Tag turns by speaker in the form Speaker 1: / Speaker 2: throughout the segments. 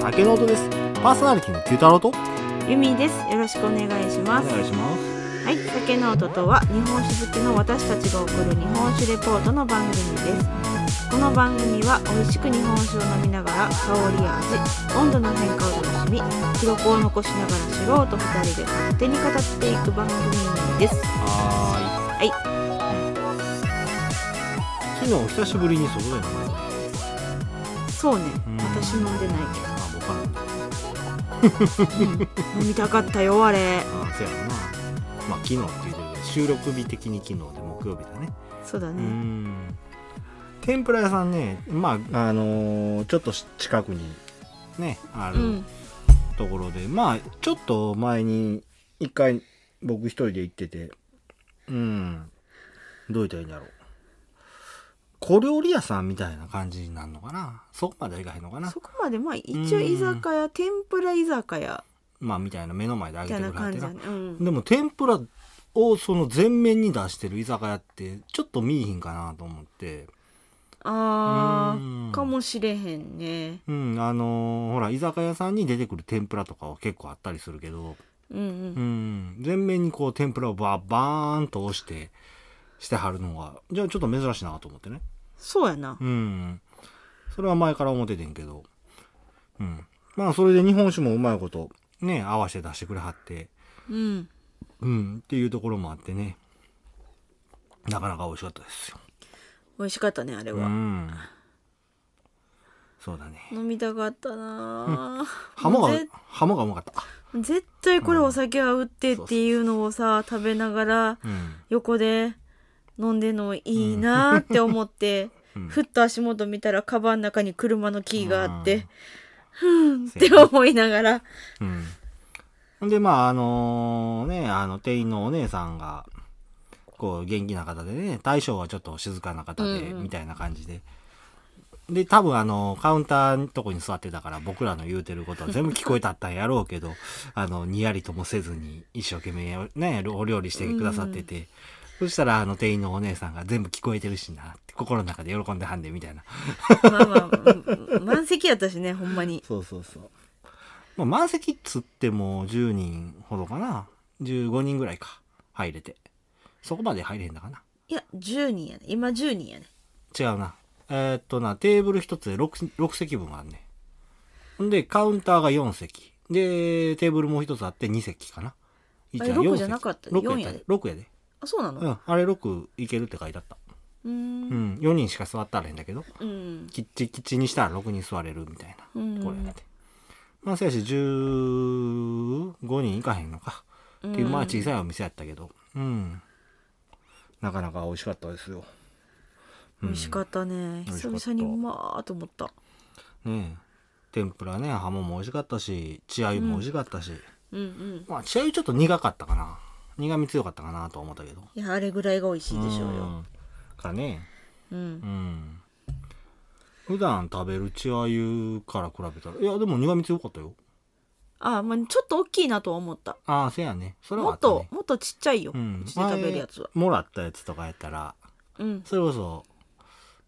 Speaker 1: 竹の音ですパーソナリティの九太郎と
Speaker 2: ゆみです。よろしくお願いします。
Speaker 1: いします
Speaker 2: はい、酒の音とは日本酒好きの私たちが送る日本酒レポートの番組です。この番組は美味しく日本酒を飲みながら香りや味、温度の変化を楽しみ、記録を残しながら素人2人で勝手に語っていく番組です。
Speaker 1: は
Speaker 2: ーい
Speaker 1: い昨日久しぶりに外で飲んだあ
Speaker 2: そうね
Speaker 1: うん、
Speaker 2: 私飲んでない
Speaker 1: 僕は
Speaker 2: けど、うん飲みたかったよあれ。
Speaker 1: あそうやろなまあ昨日って言うてるけど収録日的に昨日で木曜日だね
Speaker 2: そうだ
Speaker 1: う
Speaker 2: ね。
Speaker 1: ん天ぷら屋さんねまああのーちょっと近くにねあ
Speaker 2: う
Speaker 1: る、
Speaker 2: ん、
Speaker 1: ところでまあちょっと前に一回僕一人で行っててうんどう言ったらいいんだろう小料理屋さんみたいな感じになるのかなそこまではいかへんのかな
Speaker 2: そこまでまあ一応居酒屋、天ぷら居酒屋
Speaker 1: まあみたいな目の前で揚
Speaker 2: み
Speaker 1: げ
Speaker 2: た
Speaker 1: て
Speaker 2: いな
Speaker 1: くれはって
Speaker 2: 感じだ
Speaker 1: な
Speaker 2: ね。うん
Speaker 1: でも天ぷらをその全面に出してる居酒屋ってちょっと見いひんかなと思って
Speaker 2: あ
Speaker 1: うん
Speaker 2: ーかもしれへんね
Speaker 1: うんあのーほら居酒屋さんに出てくる天ぷらとかは結構あったりするけど
Speaker 2: うんうん
Speaker 1: うん、全面にこう天ぷらをババーンと押してしてはるのがじゃあちょっと珍しいなと思ってね
Speaker 2: そうやな
Speaker 1: うんそれは前から思っててんけどうんまあそれで日本酒もうまいことね合わせて出してくれはって
Speaker 2: うん
Speaker 1: うんっていうところもあってねなかなか美味しかったですよ
Speaker 2: 美味しかったねあれ
Speaker 1: う
Speaker 2: は、
Speaker 1: んそうだね
Speaker 2: 飲みたかったなぁ
Speaker 1: ハモが
Speaker 2: もうぜ
Speaker 1: ハモがうまかった
Speaker 2: 絶対これお酒は売ってっていうのをさ食べながら
Speaker 1: うん
Speaker 2: 横で飲んでんのいいなぁって思って、
Speaker 1: うん
Speaker 2: ふっと足元見たらカバンの中に車のキーがあって、
Speaker 1: うんっ
Speaker 2: って思いながら
Speaker 1: うん。ほんで、まあ、あのね、あの、店員のお姉さんが、こう、元気な方でね、大将はちょっと静かな方で、
Speaker 2: うんうん
Speaker 1: みたいな感じで。で、多分あの、カウンターのとこに座ってたから、僕らの言うてることは全部聞こえたったんやろうけど、 あの、にやりともせずに、一生懸命ね、お料理してくださってて、そしたら、あの、店員のお姉さんが全部聞こえてるしな、って心の中で喜んではんで、みたいな。
Speaker 2: まあまあ満席やったしねほんまに
Speaker 1: そうそうそう。まあ、満席っつっても10人ほどかな。15人ぐらいか。入れて。そこまで入れへんだかな。
Speaker 2: いや10人やね今10人やね
Speaker 1: 違うな。えーっとな、テーブル一つで 6, 6席分あんねん。んで、カウンターが4席。で、テーブルもう一つあって2席かな。
Speaker 2: れ
Speaker 1: 一応
Speaker 2: 6
Speaker 1: 四
Speaker 2: じゃなかった
Speaker 1: 席
Speaker 2: 4
Speaker 1: 6
Speaker 2: や
Speaker 1: や
Speaker 2: で
Speaker 1: で。6やで。
Speaker 2: あそうなの、
Speaker 1: うん。あれ6いけるって書いてあった。
Speaker 2: うーん
Speaker 1: うん。4人しか座ったらへんだけど。
Speaker 2: うん
Speaker 1: キッチキッチにしたら6人座れるみたいな。
Speaker 2: うん
Speaker 1: これやって。まあ、せやし、15人いかへんのか。っていう、まあ、小さいお店やったけど。うん。なかなか美味しかったですよ。
Speaker 2: 美味しかったね
Speaker 1: 美味しか
Speaker 2: 久
Speaker 1: った
Speaker 2: 々にうまーと思った
Speaker 1: ねえ天ぷらね、ハモも美味しかったし、血合いも美味しかったし。
Speaker 2: うんうん
Speaker 1: まあ、血合いちょっと苦かったかな。苦味強かったかなとは思ったけど。
Speaker 2: いやあれぐらいが美味しいでしょうよ
Speaker 1: ん。からね。
Speaker 2: うん
Speaker 1: うん。普段食べる血合いから比べたら、いや、でも苦味強かったよ。
Speaker 2: あまあちょっと大きいなとは思った
Speaker 1: ああ、せやね。それ
Speaker 2: も
Speaker 1: はあ
Speaker 2: った
Speaker 1: ね、
Speaker 2: ともっとちっちゃいよう
Speaker 1: うん
Speaker 2: ちで食べるやつは
Speaker 1: 前もらったやつとかやったら
Speaker 2: うん
Speaker 1: それこそ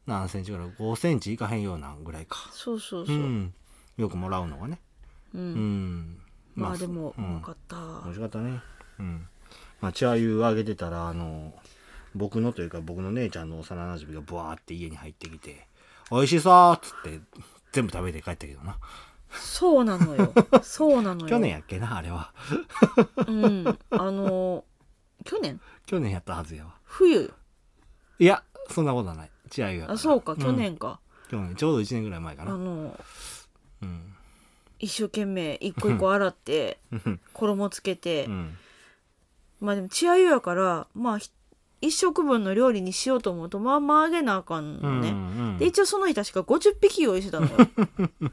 Speaker 1: 何センチぐらい5センチいかへんようなぐらいか
Speaker 2: そうそう
Speaker 1: う
Speaker 2: そううん
Speaker 1: んよくもらうのがねうん
Speaker 2: まあでも
Speaker 1: う
Speaker 2: うんまかった
Speaker 1: 美味しかったねうんまあ茶湯あげてたらあの僕のというか僕の姉ちゃんの幼なじみがブワーって家に入ってきて「美味しそう」っつって全部食べて帰ったけどな
Speaker 2: そうな のよそうなのよ
Speaker 1: 去年やっけなあれは
Speaker 2: うんあの去年
Speaker 1: 去年やったはずやわ
Speaker 2: 冬
Speaker 1: いやそんなことはない茶湯やから
Speaker 2: あそうか
Speaker 1: ん
Speaker 2: 去年か
Speaker 1: 去年ちょうど1年ぐらい前か
Speaker 2: あ
Speaker 1: な
Speaker 2: の
Speaker 1: うん
Speaker 2: 一生懸命一個一個洗って
Speaker 1: うん
Speaker 2: 衣つけて
Speaker 1: うん
Speaker 2: まあでも血合いやからまあひ一食分の料理にしようと思うとまあまあ揚げなあかんのね、
Speaker 1: ね
Speaker 2: で一応その日確か50匹用意してたの よ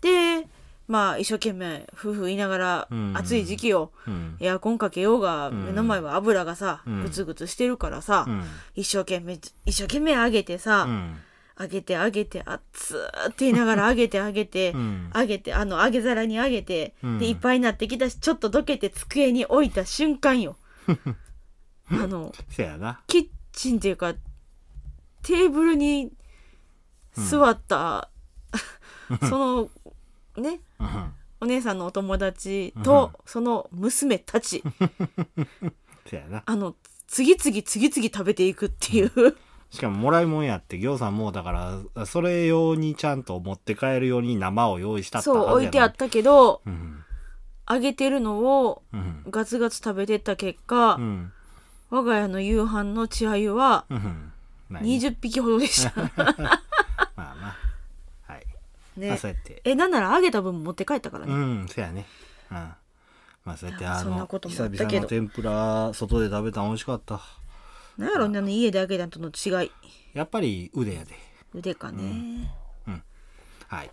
Speaker 2: でまあ一生懸命夫婦言いながら
Speaker 1: うん
Speaker 2: 暑い時期を
Speaker 1: うん
Speaker 2: エアコンかけようが
Speaker 1: うん
Speaker 2: 目の前は油がさ
Speaker 1: うん
Speaker 2: グツグツしてるからさ
Speaker 1: うん
Speaker 2: 一生懸命一生懸命揚げて
Speaker 1: う
Speaker 2: さ
Speaker 1: ん
Speaker 2: 揚げて揚げて熱ーって言いながら揚げて揚げて
Speaker 1: うん
Speaker 2: 揚げてあの揚げ皿に揚げて、
Speaker 1: うん
Speaker 2: でいっぱいになってきたしちょっとどけて机に置いた瞬 間よあの
Speaker 1: せやな
Speaker 2: キッチンっていうかテーブルに座った、そのね
Speaker 1: うん
Speaker 2: お姉さんのお友達とその娘たち、
Speaker 1: そやな
Speaker 2: あの次々次々食べていくっていう
Speaker 1: しかももらいもんやって行さんもだからそれ用にちゃんと持って帰るように生を用意したった
Speaker 2: そう
Speaker 1: はず
Speaker 2: 置い
Speaker 1: やのに
Speaker 2: てあったけど
Speaker 1: うん
Speaker 2: 揚げてるのを
Speaker 1: うん
Speaker 2: ガツガツ食べてった結果、
Speaker 1: うん
Speaker 2: 我が家の夕飯の血あゆは
Speaker 1: うんまあいい
Speaker 2: 20匹ほどでした。
Speaker 1: まあまあはい、まあ
Speaker 2: ね
Speaker 1: そうやって
Speaker 2: えなんなら揚げた分持って帰ったから
Speaker 1: う
Speaker 2: ね、
Speaker 1: んそうやねうんまあそうやってあ
Speaker 2: そん
Speaker 1: の
Speaker 2: なこともあ
Speaker 1: 久
Speaker 2: ったけ
Speaker 1: 々
Speaker 2: ど
Speaker 1: の天ぷら外で食べたん美味しかった
Speaker 2: なんやろなの家で揚げたんとの違い
Speaker 1: やっぱり腕やで
Speaker 2: 腕かね、
Speaker 1: はい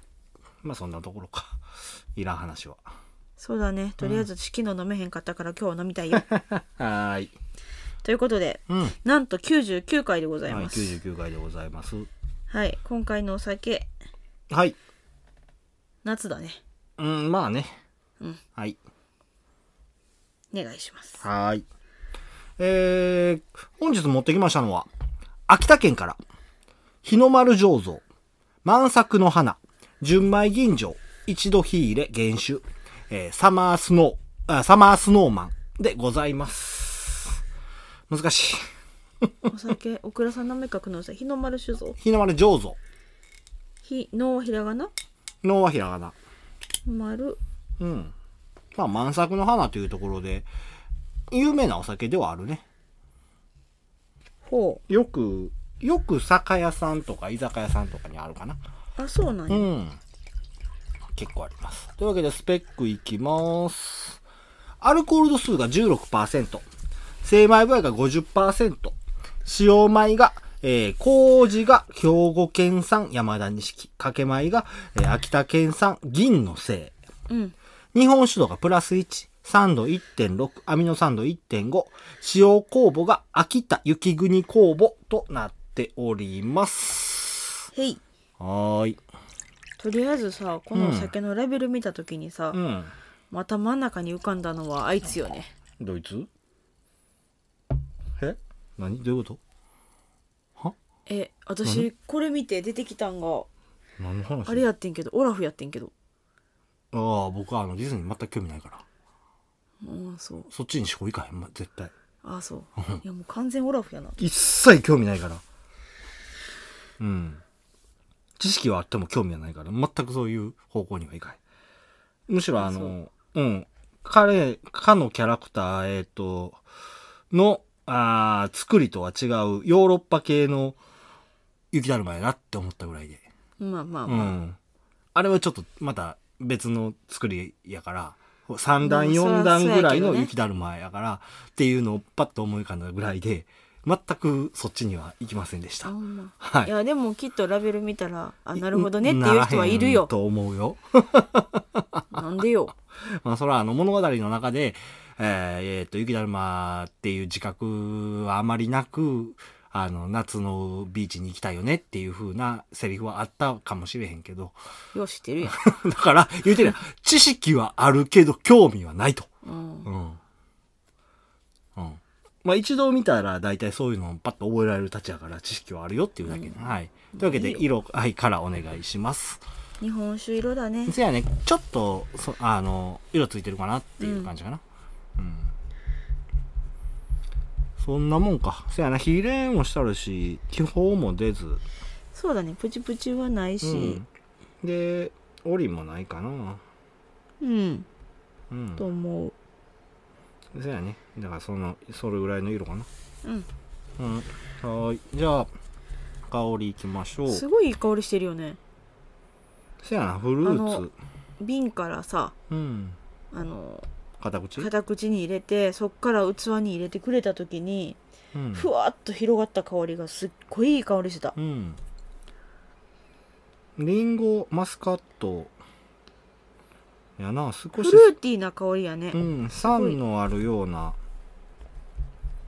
Speaker 1: まあそんなところかいらん話は
Speaker 2: そうだねとりあえず昨日飲めへんかったから今日は飲みたいよ
Speaker 1: はーい
Speaker 2: ということで
Speaker 1: うん
Speaker 2: なんと99回でござい
Speaker 1: はい、
Speaker 2: ます、はい
Speaker 1: 99回でございます。
Speaker 2: 今回のお酒
Speaker 1: はい。
Speaker 2: 夏だね
Speaker 1: うん、まあね。
Speaker 2: うん
Speaker 1: はい。
Speaker 2: お願いし ます
Speaker 1: はーい。えー、本日持ってきましたのは、秋田県から、日の丸醸造、万作の花、純米吟醸、一度火入れ原酒、えーサマースノー、あサマースノーマンでございます。難しい。
Speaker 2: お酒オクラさん何目かくのさ日の丸酒造
Speaker 1: 日の丸醸造、
Speaker 2: 日のひらがな
Speaker 1: のはひらがな。
Speaker 2: 丸
Speaker 1: うん。まあ、満作の花というところで、有名なお酒ではあるね。
Speaker 2: ほ
Speaker 1: よく、よく酒屋さんとか居酒屋さんとかにあるかな。
Speaker 2: うあそうな
Speaker 1: う
Speaker 2: んや、
Speaker 1: ん。結構あります。というわけで、スペックいきます。アルコール度数が16%、精米部合が50%、使用米が、えー、麹が兵庫県産山田錦、掛け米が、えー秋田県産銀の製。
Speaker 2: うん
Speaker 1: 日本酒度がプラス1、酸度1.6、アミノ酸度1.5、使用酵母が秋田雪国酵母となっております。
Speaker 2: へい
Speaker 1: はーい。
Speaker 2: とりあえずさこのお酒のラベル見た時にさ、
Speaker 1: うん。
Speaker 2: また真ん中に浮かんだのはあいつよね
Speaker 1: ドイツえ何どういうことは
Speaker 2: え私これ見て出てきたんが
Speaker 1: 何の話
Speaker 2: あれやってんけどオラフやってんけど
Speaker 1: ああ、僕はあのディズニー全く興味ないから。
Speaker 2: うんそう
Speaker 1: そっちにしか行かへん、ま、絶対。
Speaker 2: あそういやもう完全オラフやな
Speaker 1: 一切興味ないから。うん。知識はあっても興味はないから、全くそういう方向にはいかない。むしろあの、うん。彼、かのキャラクター、えっ、と、の、あー作りとは違うヨーロッパ系の雪だるまやなって思ったぐらいで。
Speaker 2: まあまあ
Speaker 1: う
Speaker 2: まあ、
Speaker 1: ん。あれはちょっとまた別の作りやから、3
Speaker 2: う
Speaker 1: 段、
Speaker 2: んそら
Speaker 1: 4段
Speaker 2: そうや
Speaker 1: ぐらい
Speaker 2: けど
Speaker 1: の
Speaker 2: ね
Speaker 1: 雪だるまやから、っていうのをパッと思い浮かんだぐらいで、全くそっちには行きませんでし
Speaker 2: あ
Speaker 1: た。
Speaker 2: ほんま
Speaker 1: はい
Speaker 2: い、やでもきっとラベル見たらあなるほどねっていう人は
Speaker 1: な
Speaker 2: いる
Speaker 1: らへ
Speaker 2: よ
Speaker 1: んと思うよ。
Speaker 2: なんでよ
Speaker 1: まあそれはあの物語の中で、えーえーっと、雪だるまっていう自覚はあまりなく、あの、夏のビーチに行きたいよねっていう風なセリフはあったかもしれへんけど、
Speaker 2: よう知ってるやん、
Speaker 1: だから言うてるやん知識はあるけど興味はないと。
Speaker 2: うん、
Speaker 1: うん。うん。まあ一度見たら大体そういうのをパッと覚えられるたちやから知識はあるよっていうだけで。はい。というわけで
Speaker 2: いいよ
Speaker 1: 色、はい、からお願いします。
Speaker 2: 日本酒色だね
Speaker 1: せやね、ちょっと、そあの、色ついてるかなっていう感じかな。うん。そんなもんか。せやな、比例もしたるし、気泡も出ず。
Speaker 2: そうだねプチプチはないうし
Speaker 1: ん。で、折りもないかな。
Speaker 2: うん、
Speaker 1: うん。
Speaker 2: と思う
Speaker 1: そやねだからそのそれぐらいの色かな
Speaker 2: うん
Speaker 1: うんはーいじゃあ香りいきましょう
Speaker 2: すごいいい香りしてるよね
Speaker 1: そやなフル
Speaker 2: あ
Speaker 1: ー
Speaker 2: の
Speaker 1: ツ
Speaker 2: 瓶からさ
Speaker 1: うん
Speaker 2: あの
Speaker 1: 片口
Speaker 2: 片口に入れてそっから器に入れてくれた時に
Speaker 1: うん
Speaker 2: ふわっと広がった香りがすっごいいい香りしてた
Speaker 1: うんリンゴマスカットやな
Speaker 2: フ
Speaker 1: 少し
Speaker 2: ルーティーな香りやね
Speaker 1: うん酸のあるような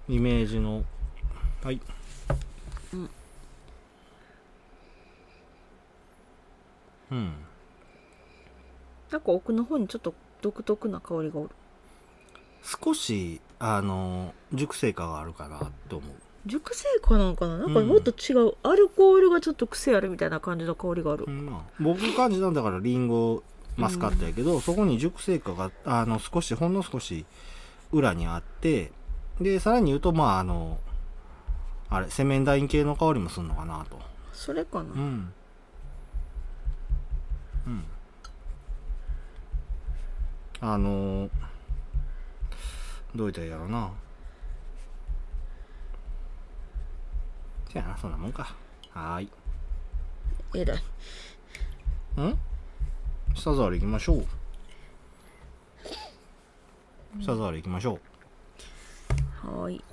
Speaker 1: イメージのはい
Speaker 2: うん
Speaker 1: うん
Speaker 2: なんか奥の方にちょっと独特な香りがおる
Speaker 1: 少しあの熟成果があるかなって思う
Speaker 2: 熟成香なんかななんか
Speaker 1: うん
Speaker 2: もっと違う、アルコールがちょっと癖あるみたいな感じの香りがある
Speaker 1: う、んまあ僕感じなんだからリンゴマスカットやけど、そこに熟成果があの少しほんの少し裏にあってでさらに言うとまああのあれセメンダイン系の香りもするのかなと
Speaker 2: それかな、
Speaker 1: うんうんあのーどういったらいいやろうなせやなそんなもんかはーい
Speaker 2: えらい
Speaker 1: ん舌触り行きましょう舌触り行きましょ
Speaker 2: はーい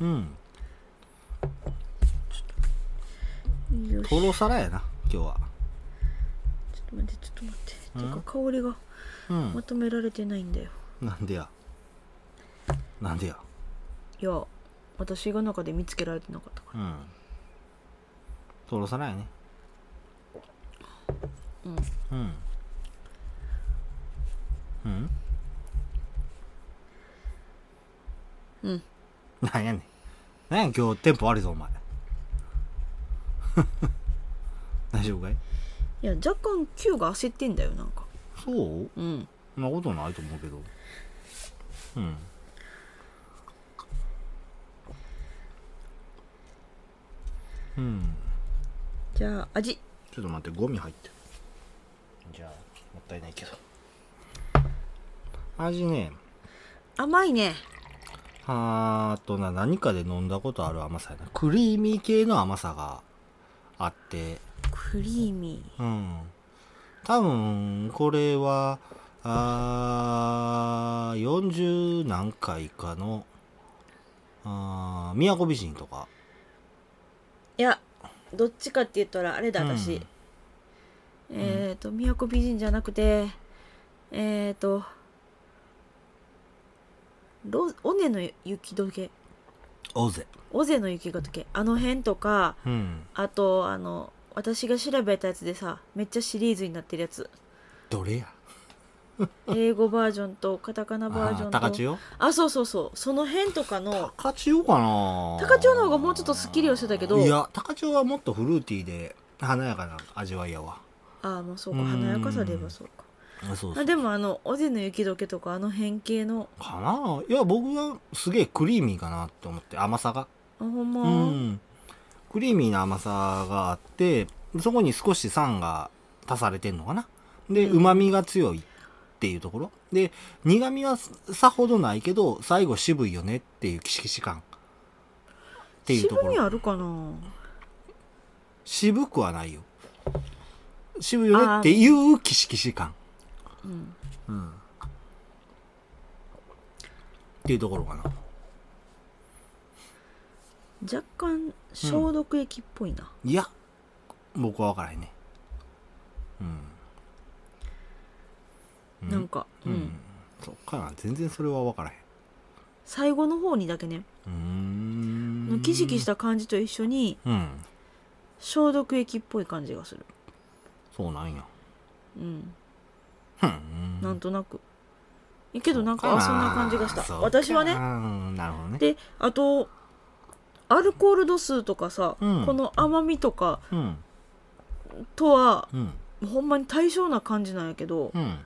Speaker 2: う
Speaker 1: うん
Speaker 2: よし
Speaker 1: とろ皿やな今日は
Speaker 2: ちょっと待ってちょっと待っててか香りが
Speaker 1: う
Speaker 2: ま
Speaker 1: ん
Speaker 2: とめられてないんだよ
Speaker 1: なんでやなんでや
Speaker 2: いや私が中で見つけられてなかったか
Speaker 1: うんとろ皿やねうんうん
Speaker 2: らうん
Speaker 1: なんやねんなんや今日テンポ悪いぞお前 大丈夫かい
Speaker 2: いや若干 Q が焦ってんだよなんか
Speaker 1: そう
Speaker 2: うん
Speaker 1: そんなことないと思うけどうんうん
Speaker 2: じゃあ味
Speaker 1: ちょっと待ってゴミ入ってるじゃあもったいないけど味ね
Speaker 2: 甘いね
Speaker 1: はーっとな何かで飲んだことある甘さやなクリーミー系の甘さがあって
Speaker 2: クリーミ
Speaker 1: うん多分これはあー40何回かのあー宮古美人とか
Speaker 2: ーいやどっちかって言ったらあれだ
Speaker 1: うん
Speaker 2: 私、えっ、ー、と宮古美人じゃなくてえっ、ー、とロ尾根の雪解け
Speaker 1: 大勢
Speaker 2: 尾瀬の雪が解けあの辺とか
Speaker 1: うん
Speaker 2: あとあの私が調べたやつでさめっちゃシリーズになってるやつ
Speaker 1: どれや
Speaker 2: 英語バージョンとカタカナバージョ
Speaker 1: あー
Speaker 2: ンと
Speaker 1: 高千代
Speaker 2: あそうそうそうその辺とかの
Speaker 1: 高千代かな
Speaker 2: 高千代の方がもうちょっとスッキリをしてたけど
Speaker 1: いや高千代はもっとフルーティーで華やかな味わいやわ
Speaker 2: ああまあそうか
Speaker 1: うん
Speaker 2: 華やかさで言えばそうか
Speaker 1: あそうそ
Speaker 2: あ
Speaker 1: う
Speaker 2: でもあの尾瀬の雪解けとかあの変形の
Speaker 1: かないや僕はすげえクリーミーかなって思って甘さが
Speaker 2: あほんま、
Speaker 1: うん、クリーミーな甘さがあってそこに少し酸が足されてんのかなで
Speaker 2: うん
Speaker 1: うまみが強いっていうところで苦みはさほどないけど最後渋いよねっていうキシキシ感っていうとこ
Speaker 2: 渋み
Speaker 1: ろ
Speaker 2: あるかな
Speaker 1: 渋くはないよ渋いよねっていうキシキシ感、
Speaker 2: うん
Speaker 1: うん、っていうところかな
Speaker 2: 若干消毒液っぽいな、
Speaker 1: いや僕は分からへんねうんうん
Speaker 2: なんか、う
Speaker 1: うんん、そっかな全然それは分からへん
Speaker 2: 最後の方にだけね
Speaker 1: うーん
Speaker 2: キシキした感じと一緒に
Speaker 1: うん
Speaker 2: 消毒液っぽい感じがする
Speaker 1: そうなんや
Speaker 2: うん
Speaker 1: ふん
Speaker 2: なんとなくえけどなんか
Speaker 1: う
Speaker 2: あそんな感じがした
Speaker 1: そうか
Speaker 2: 私はね
Speaker 1: うんなるほどね
Speaker 2: であとアルコール度数とかさ、
Speaker 1: うん
Speaker 2: この甘みとか
Speaker 1: うん
Speaker 2: とは
Speaker 1: うん
Speaker 2: ほんまに対象な感じなんやけど、
Speaker 1: うん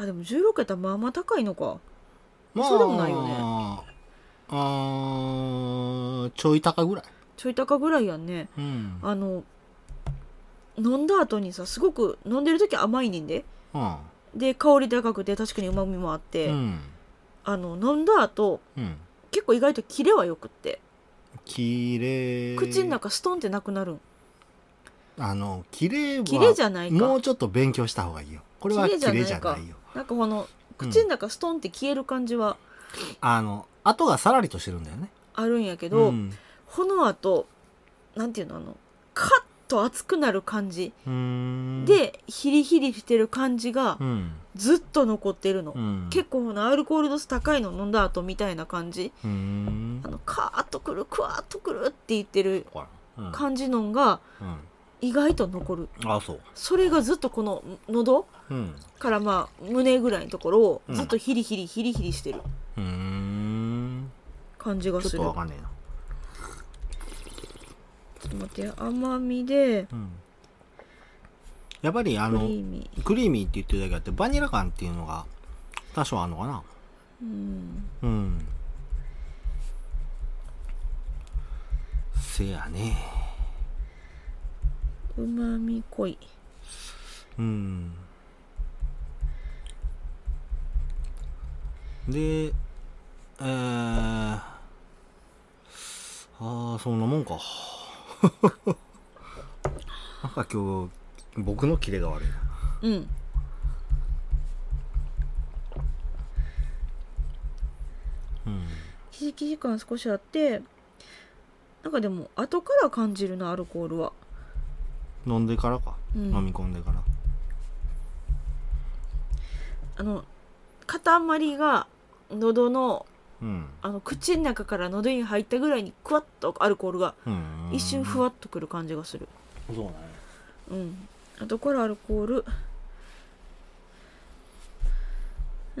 Speaker 2: あでも16やったらまあまあ高いのか
Speaker 1: ま
Speaker 2: そうでもないよね
Speaker 1: あーちょい高ぐらい
Speaker 2: ちょい高ぐらいやんね
Speaker 1: うん
Speaker 2: あの飲んだ後にさすごく飲んでる時甘いねんで
Speaker 1: うん
Speaker 2: で香り高くて確かにうまみもあって、
Speaker 1: うん
Speaker 2: あの飲んだ後
Speaker 1: うん
Speaker 2: 結構意外とキレはよくって
Speaker 1: きれい
Speaker 2: 口の中ストンってなくなるん
Speaker 1: あのきれいは
Speaker 2: キレじゃないか
Speaker 1: もうちょっと勉強した方がいいよこれはき
Speaker 2: 綺麗
Speaker 1: れい
Speaker 2: じ
Speaker 1: じ
Speaker 2: ゃ
Speaker 1: ゃ
Speaker 2: ないか
Speaker 1: ないよ
Speaker 2: なんかこの
Speaker 1: うん
Speaker 2: 口の中ストンって消える感じは
Speaker 1: あの後がさらりとしてるんだよね
Speaker 2: あるんやけど、
Speaker 1: うん
Speaker 2: この後なんていうのあのカッと熱くなる感じ
Speaker 1: うーん
Speaker 2: でヒリヒリしてる感じが
Speaker 1: うん
Speaker 2: ずっと残ってるの、
Speaker 1: うん
Speaker 2: 結構なアルコール度数高いの飲んだ後みたいな感じ
Speaker 1: うーん
Speaker 2: あのカーッとくるクワーッとくるって言ってる
Speaker 1: わからん
Speaker 2: 感じのが
Speaker 1: うん
Speaker 2: 意外と残る
Speaker 1: うんあそう
Speaker 2: それがずっとこの喉
Speaker 1: うん
Speaker 2: からまあ胸ぐらいのところを
Speaker 1: うん
Speaker 2: ずっとヒリヒリヒリヒリしてる
Speaker 1: うーん
Speaker 2: 感じが
Speaker 1: ちょっ
Speaker 2: する、
Speaker 1: とわかんねえな
Speaker 2: ちょっと待って甘みで
Speaker 1: うんやっぱりあ
Speaker 2: クリ
Speaker 1: の、
Speaker 2: ーミ
Speaker 1: クリーミーって言ってるだけあって、バニラ感っていうのが多少あるのかな。
Speaker 2: ーうん
Speaker 1: うん。せやね。
Speaker 2: うまみ濃い
Speaker 1: うん。で、えー、ああ、そんなもんか。 なんか今日、僕のキレが悪いな。
Speaker 2: うん
Speaker 1: うん。
Speaker 2: ひじき時間少しあってなんかでも後から感じるなアルコールは
Speaker 1: 飲んでからか。
Speaker 2: うん
Speaker 1: 飲み込んでから。
Speaker 2: あの塊が喉の
Speaker 1: うん。
Speaker 2: あの口の中から喉に入ったぐらいにクワッとアルコールが
Speaker 1: うん。
Speaker 2: 一瞬ふわっとくる感じがする
Speaker 1: そうね。
Speaker 2: うん後からアルコール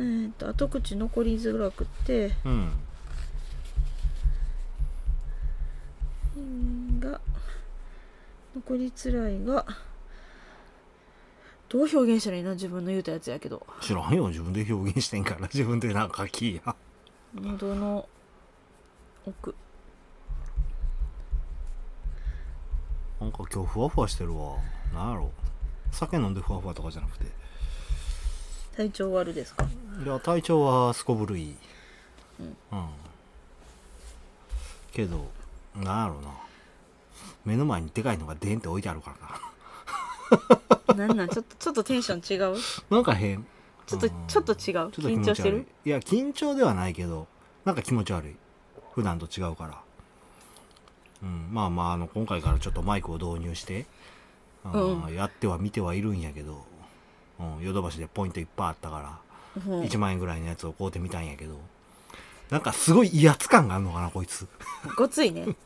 Speaker 2: えー、と後口残りづらくて
Speaker 1: うん。
Speaker 2: うんが残りづらいがどう表現したらいいな自分の言うたやつやけど
Speaker 1: 知らんよ。自分で表現してんから。自分でなんか聞いや。
Speaker 2: 喉の奥
Speaker 1: なんか今日ふわふわしてるわ。なんやろ。酒飲んでふわふわとかじゃなくて。
Speaker 2: 体調悪ですか
Speaker 1: いや、体調はすこぶるいい。うん。けど、なんやろな。目の前にでかいのがでんって置いてあるからな。
Speaker 2: なんなんちょっとちょっとテンション違う
Speaker 1: なんか変。
Speaker 2: ちょっと
Speaker 1: うん
Speaker 2: ちょっと違う
Speaker 1: ちょっと気持
Speaker 2: 緊張
Speaker 1: ち
Speaker 2: し
Speaker 1: 悪
Speaker 2: て
Speaker 1: い
Speaker 2: る
Speaker 1: いや、緊張ではないけど、なんか気持ち悪い。普段と違うから。うん、まあまあ、あの、今回からちょっとマイクを導入して、あの
Speaker 2: う
Speaker 1: やっては見てはいるんやけど、うん、ヨドバシでポイントいっぱいあったから。
Speaker 2: もう
Speaker 1: 1万円ぐらいのやつを買うてみたんやけどなんかすごい威圧感があるのかなこい つ
Speaker 2: ごついね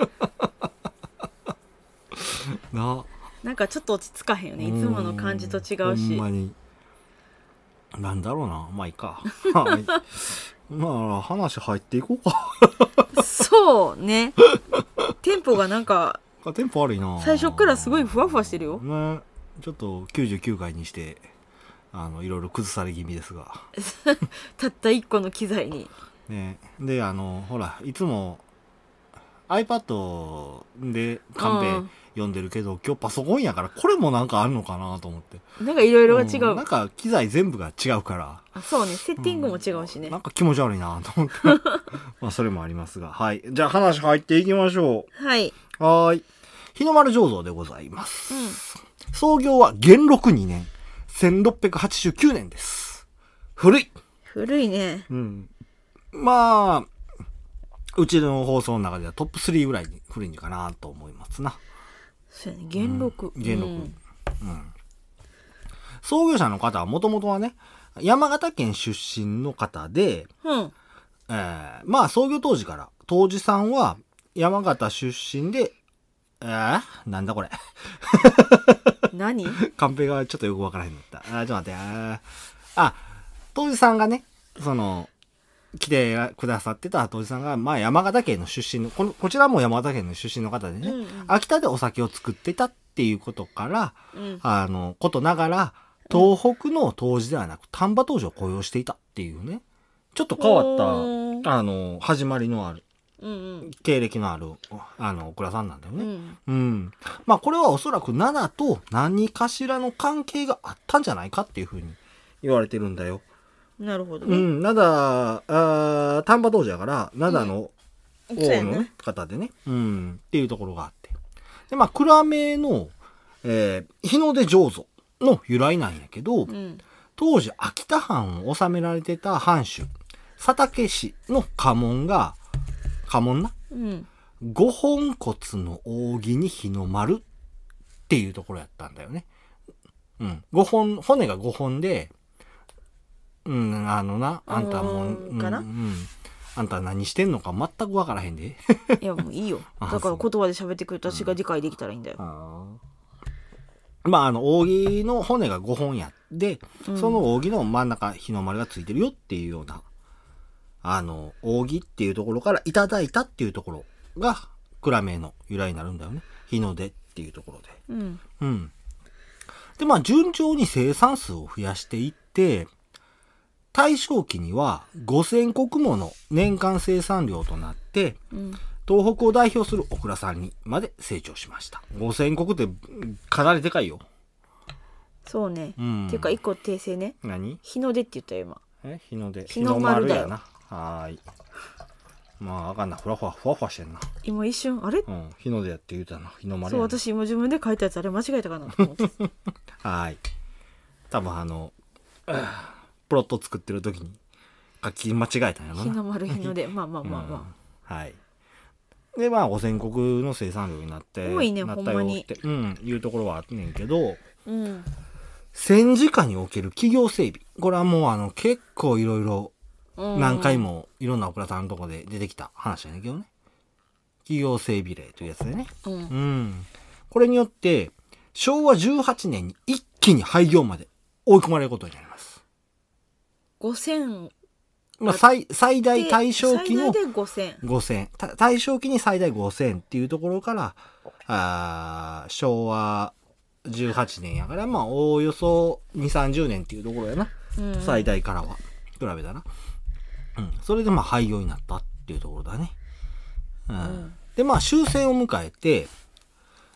Speaker 1: な
Speaker 2: なんかちょっと落ち着かへんよねいつもの感じと違う
Speaker 1: ほん
Speaker 2: し
Speaker 1: まになんだろうなまあいいか まあ話入っていこうか
Speaker 2: そうねテンポがなんか
Speaker 1: テンポ悪いな
Speaker 2: 最初からすごいふわふわしてるよ
Speaker 1: ねちょっと99回にしてあのいろいろ崩され気味ですが
Speaker 2: たった一個の機材に
Speaker 1: ねであのほらいつも iPad でカ
Speaker 2: う
Speaker 1: ン
Speaker 2: ん
Speaker 1: ペ読んでるけど、今日パソコンやからこれもなんかあるのかなと思って
Speaker 2: なんかいろいろが違
Speaker 1: ん
Speaker 2: う
Speaker 1: なんか機材全部が違うから。
Speaker 2: あそうねセッティングも違うしね、
Speaker 1: なんか気持ち悪いなと思 って。まあそれもありますが。はい。じゃあ話入っていきましょ
Speaker 2: はい、うん、
Speaker 1: う。はーい。日の丸醸造でございます。創業は元禄2年、1689年です。古い。
Speaker 2: 古いね
Speaker 1: うん。まあ、うちの放送の中ではトップ3ぐらいに古いんかなと思いますな。
Speaker 2: そうやね元禄
Speaker 1: 元禄
Speaker 2: うん
Speaker 1: 創業者の方はもともとはね、山形県出身の方で、
Speaker 2: うん
Speaker 1: えーまあ創業当時から、当時さんは山形出身で、えー、なんだこれ。
Speaker 2: 何
Speaker 1: カンペがちょっとよくわからへんのだった。あー、ちょっと待って。あー、あ当時さんがね、その、来てくださってた当時さんが、まあ山形県の出身の、この、こちらも山形県の出身の方でね、
Speaker 2: うんうん
Speaker 1: 秋田でお酒を作ってたっていうことから、
Speaker 2: うん
Speaker 1: あの、ことながら、東北の当時ではなく、丹波当時を雇用していたっていうね、ちょっと変わ
Speaker 2: お
Speaker 1: った、あの、始まりのある、
Speaker 2: うん
Speaker 1: 経歴のある、あの、お蔵さんなんだよ
Speaker 2: うんう
Speaker 1: ね。
Speaker 2: ん
Speaker 1: うん。まあ、これはおそらく7と何かしらの関係があったんじゃないかっていうふうに言われてるんだよ。
Speaker 2: なるほど
Speaker 1: う
Speaker 2: ね、
Speaker 1: ん、7、あー丹波当時やから、7の
Speaker 2: うそう
Speaker 1: 王
Speaker 2: や
Speaker 1: の
Speaker 2: ね
Speaker 1: ね方でね、うん、っていうところがあって。で、まあ、暗めの、えー日の出醸造の由来なんやけど、
Speaker 2: うん
Speaker 1: 当時秋田藩を治められてた藩主、佐竹氏の家紋が、家紋な
Speaker 2: うん
Speaker 1: 五本骨の扇に日の丸っていうところやったんだよね。うん。五本、骨が五本で、うん、あのな、あんたもう、
Speaker 2: うーんかな
Speaker 1: うんうんあんた何してんのか全くわからへんで。
Speaker 2: いやもういい よ
Speaker 1: あ
Speaker 2: だか
Speaker 1: そ
Speaker 2: ら
Speaker 1: う
Speaker 2: 言葉で喋ってくれた私が理解できたらいいんだよ、
Speaker 1: まあ、あの、扇の骨が5本やって、
Speaker 2: うん
Speaker 1: その扇の真ん中、日の丸がついてるよっていうような、あの、扇っていうところからいただいたっていうところが、蔵名の由来になるんだよね。日の出っていうところで。
Speaker 2: うん
Speaker 1: うん。で、まあ、順調に生産数を増やしていって、大正期には5000石もの年間生産量となって、
Speaker 2: うん
Speaker 1: 東北を代表するオクラさんにまで成長しました。5000石ってうんかなりでかいよ。
Speaker 2: そうね、
Speaker 1: うん
Speaker 2: っていうか一個訂正ね
Speaker 1: 何
Speaker 2: 日の出って言ったよ今
Speaker 1: え日の出。
Speaker 2: 日の丸だよ
Speaker 1: 日のやな。はーい。まあ、あかんな。ふわふわ、ふわふわしてんな。
Speaker 2: 今一瞬あれ
Speaker 1: うん。日の出やって言うたな。日の丸
Speaker 2: そ
Speaker 1: や
Speaker 2: う
Speaker 1: な。
Speaker 2: 私今自分で書いたやつあれ間違えたかなと思って
Speaker 1: はーい。多分あの、プロット作ってる時に書き間違えたんやろ
Speaker 2: 日
Speaker 1: な
Speaker 2: の。丸日の出まあまあまあま
Speaker 1: うんはい。で、まあ、汚染国の生産量になって、
Speaker 2: 多いね
Speaker 1: なっ
Speaker 2: ほ
Speaker 1: た
Speaker 2: ん
Speaker 1: よ
Speaker 2: ま
Speaker 1: っ
Speaker 2: に
Speaker 1: て、うん、いうところはあってねんけど、
Speaker 2: あうん
Speaker 1: 戦時下における企業整備。これはもうあの、結構いろいろ
Speaker 2: うん
Speaker 1: 何回もいろんなオクラさんのとこで出てきた話やねんけどね。企業整備令というやつでね。
Speaker 2: うん
Speaker 1: うん。これによって、昭和18年に一気に廃業まで追い込まれることになります。
Speaker 2: 5000
Speaker 1: まあ、
Speaker 2: あ
Speaker 1: 最、最大対象期の
Speaker 2: 最大で5000
Speaker 1: 5000。た対象期に最大5000っていうところから、あー昭和18年やから、まあ、おおよそ2、30年っていうところやな。
Speaker 2: うん
Speaker 1: 最大からは。比べたら。うん。それでまあ、廃業になったっていうところだね。うん。
Speaker 2: ん
Speaker 1: で、まあ、終戦を迎えて、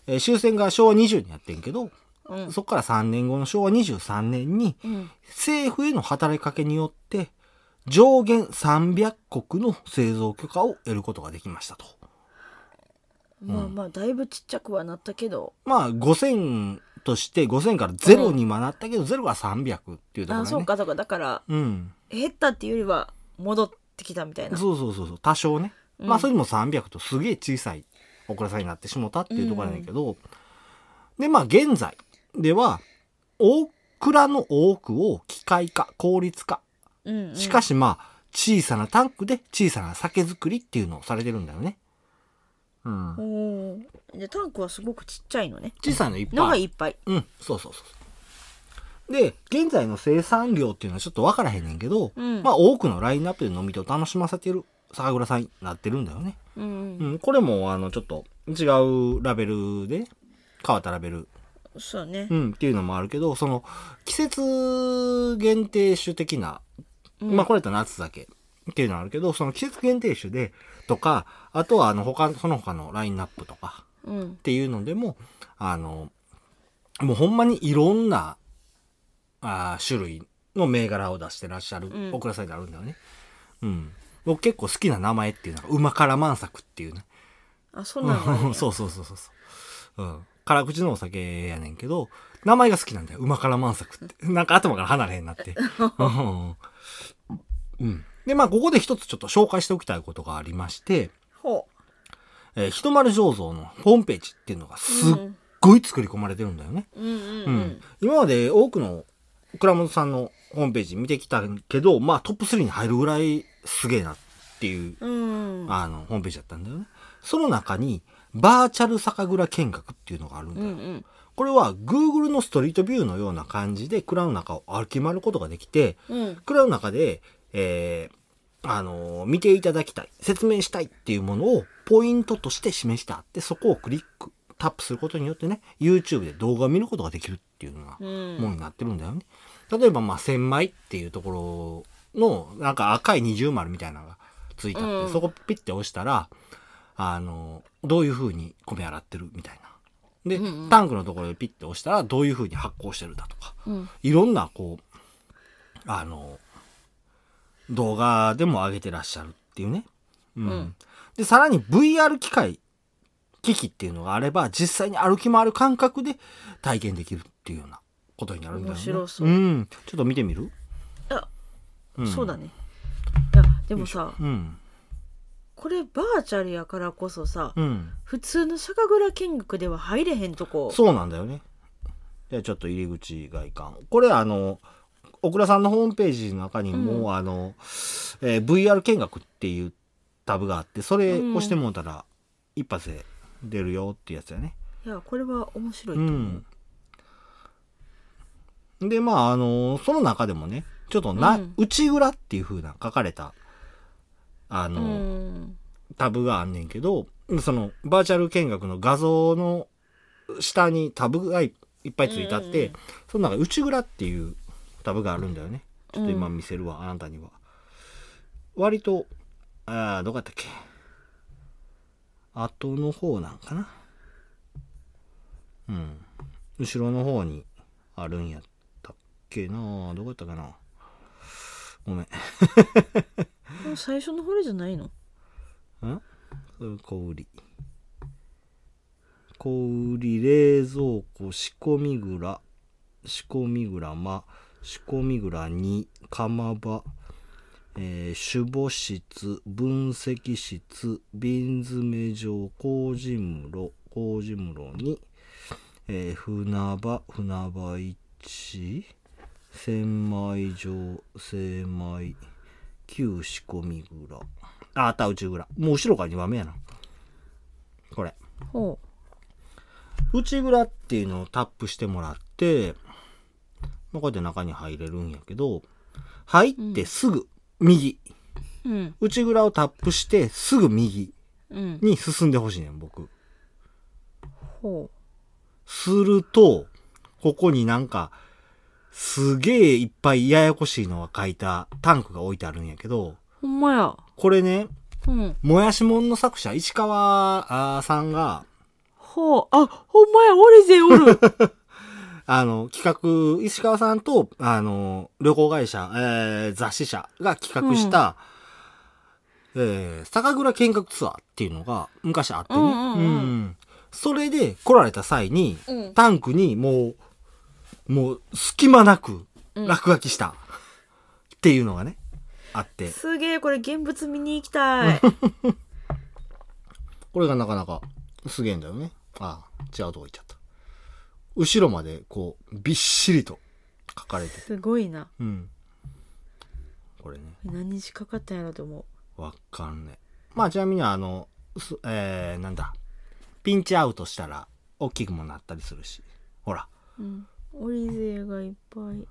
Speaker 1: えー終戦が昭和20にやってんけど、
Speaker 2: うん
Speaker 1: そこから3年後の昭和23年に、
Speaker 2: うん
Speaker 1: 政府への働きかけによって、上限300国の製造許可を得ることができましたと。
Speaker 2: まあまあだいぶちっちゃくはなったけど
Speaker 1: まあ、5000として、5000から0にはなったけど、0が300っていうところだね。
Speaker 2: あそうかそうかだから
Speaker 1: うん。
Speaker 2: 減ったっていうよりは戻ってきたみたいな
Speaker 1: そうそうそうそう多少ね、
Speaker 2: うん
Speaker 1: まあそれでも300とすげえ小さいオクラさんになってしもたっていうところなんだけど、でまあ現在ではオクラの多くを機械化効率化
Speaker 2: うんうん
Speaker 1: しかしまあ小さなタンクで小さな酒造りっていうのをされてるんだよね、うん、
Speaker 2: おーでタンクはすごくちっちゃいのね
Speaker 1: 小さいのいっ
Speaker 2: の
Speaker 1: ぱ
Speaker 2: が
Speaker 1: い
Speaker 2: いっぱい
Speaker 1: うんそうそうそうで現在の生産量っていうのはちょっと分からへんねんけど、
Speaker 2: うん
Speaker 1: まあ多くのラインナップで飲み手を楽しませてる酒蔵さんになってるんだよね
Speaker 2: うん
Speaker 1: うん、これも、あの、ちょっと違うラベルで、変わったラベル、
Speaker 2: そうね
Speaker 1: うん、っていうのもあるけど、その、季節限定種的な、まあ、これと夏酒っていうのはあるけど、その季節限定種で、とか、あとは、あの、他、その他のラインナップとか、
Speaker 2: うん
Speaker 1: っていうのでも、あの、もうほんまにいろんな、あー種類の銘柄を出してらっしゃる
Speaker 2: うん
Speaker 1: オクラさんになるんだよね。うん。僕結構好きな名前っていうのが、馬から満作っていうね。
Speaker 2: あそうな の
Speaker 1: そうそうそうそうそう。うん。辛口のお酒やねんけど、名前が好きなんだよ。馬から満作 って。なんか頭から離れへんなって。うんうん。で、まあ、ここで一つちょっと紹介しておきたいことがありまして、
Speaker 2: ほ
Speaker 1: えー、ひとまる醸造のホームページっていうのがすっごい作り込まれてるんだよね。
Speaker 2: ううんう
Speaker 1: うんん。今まで多くの倉本さんのホームページ見てきたけど、まあ、トップ3に入るぐらいすげえなっていう
Speaker 2: うんうん
Speaker 1: あの、ホームページだったんだよね。その中に、バーチャル酒蔵見学っていうのがあるんだ
Speaker 2: う
Speaker 1: よ。
Speaker 2: ん
Speaker 1: これは Google のストリートビューのような感じで蔵の中を歩き回ることができて、
Speaker 2: うん
Speaker 1: 蔵の中で、えー、あのー見ていただきたい、説明したいっていうものをポイントとして示してあって、そこをクリック、タップすることによってね、YouTube で動画を見ることができるっていうのが、
Speaker 2: うん
Speaker 1: ものになってるんだよね。例えば、まあ、千枚っていうところの、なんか赤い二重丸みたいなのがついてあって、
Speaker 2: うん
Speaker 1: そこピッて押したら、あの、どういう風に米洗ってるみたいな。で、
Speaker 2: うんうん
Speaker 1: タンクのところでピッて押したら、どういう風に発酵してるだとか、
Speaker 2: うん
Speaker 1: いろんな、こう、あの、動画でも上げてらっしゃるっていうね。うん。
Speaker 2: うん
Speaker 1: で、さらに VR 機械、機器っていうのがあれば、実際に歩き回る感覚で体験できるっていうようなことになるんだよね。
Speaker 2: 面白そう
Speaker 1: うん。ちょっと見てみる
Speaker 2: あ
Speaker 1: ん
Speaker 2: そうだねいやでもさ
Speaker 1: うん。
Speaker 2: これバーチャルやからこそさ
Speaker 1: うん。
Speaker 2: 普通の酒蔵見学では入れへんとこ
Speaker 1: そうなんだよね。じゃあちょっと入り口外観。これあの、小倉さんのホームページの中にも、あの、えー VR 見学っていうタブがあって、それ押してもうたら、一発で出るよってやつだよね。
Speaker 2: いやこれは面白いと
Speaker 1: う。
Speaker 2: 思うん
Speaker 1: で、まあ、あの、その中でもね、ちょっとな、
Speaker 2: うん
Speaker 1: 内蔵っていう風な書かれた、あ
Speaker 2: う
Speaker 1: の、
Speaker 2: ん
Speaker 1: タブがあんねんけど、そのバーチャル見学の画像の下にタブがいいっぱいついてあって、
Speaker 2: うん
Speaker 1: その中に内蔵っていうタブがあるんだよねちょっと今見せるわ、あなたには割とああどこやったっけ後の方なんかなうん後ろの方にあるんやったっけなどこやったかなごめん
Speaker 2: この最初の方じゃないの
Speaker 1: んそれ小売り小売り冷蔵庫仕込み蔵仕込み蔵間仕込み蔵に釜場、えー、守護室分析室瓶詰場麹室麹室に、えー船場船場市千枚場精米旧仕込み蔵ああった内蔵もう後ろから2番目やなこれ
Speaker 2: ほ
Speaker 1: 内蔵っていうのをタップしてもらって、まあ、こうやって中に入れるんやけど入ってすぐ右、
Speaker 2: ううん
Speaker 1: 内蔵をタップしてすぐ右
Speaker 2: うん
Speaker 1: に進んでほしいねん僕
Speaker 2: ほ
Speaker 1: するとここになんかすげえいっぱいややこしいのが書いたタンクが置いてあるんやけど
Speaker 2: うほんまや
Speaker 1: これね
Speaker 2: うん
Speaker 1: もやしもんの作者石川あーさんが
Speaker 2: ほうあほんまやおるぜおる
Speaker 1: あの、企画、石川さんと、あの、旅行会社、えー雑誌社が企画した、えー酒蔵見学ツアーっていうのが昔あってね。
Speaker 2: うんうんうん
Speaker 1: それで来られた際に、
Speaker 2: うん
Speaker 1: タンクにもう、もう隙間なく
Speaker 2: うん
Speaker 1: 落書きしたっていうのがね、あって、
Speaker 2: すげえこれ現物見に行きた い
Speaker 1: これがなかなかすげえんだよね。ああ、違うとこ行っちゃった。後ろまでこう、びっしりと書かれて
Speaker 2: すごいな
Speaker 1: うん。これね、
Speaker 2: 何日かかったんやろと思
Speaker 1: わかんねえ。まあちなみにあの、すえー、なんだ。ピンチアウトしたら、大きくもなったりするし。ほら、
Speaker 2: ううんおりぜがいっぱい
Speaker 1: い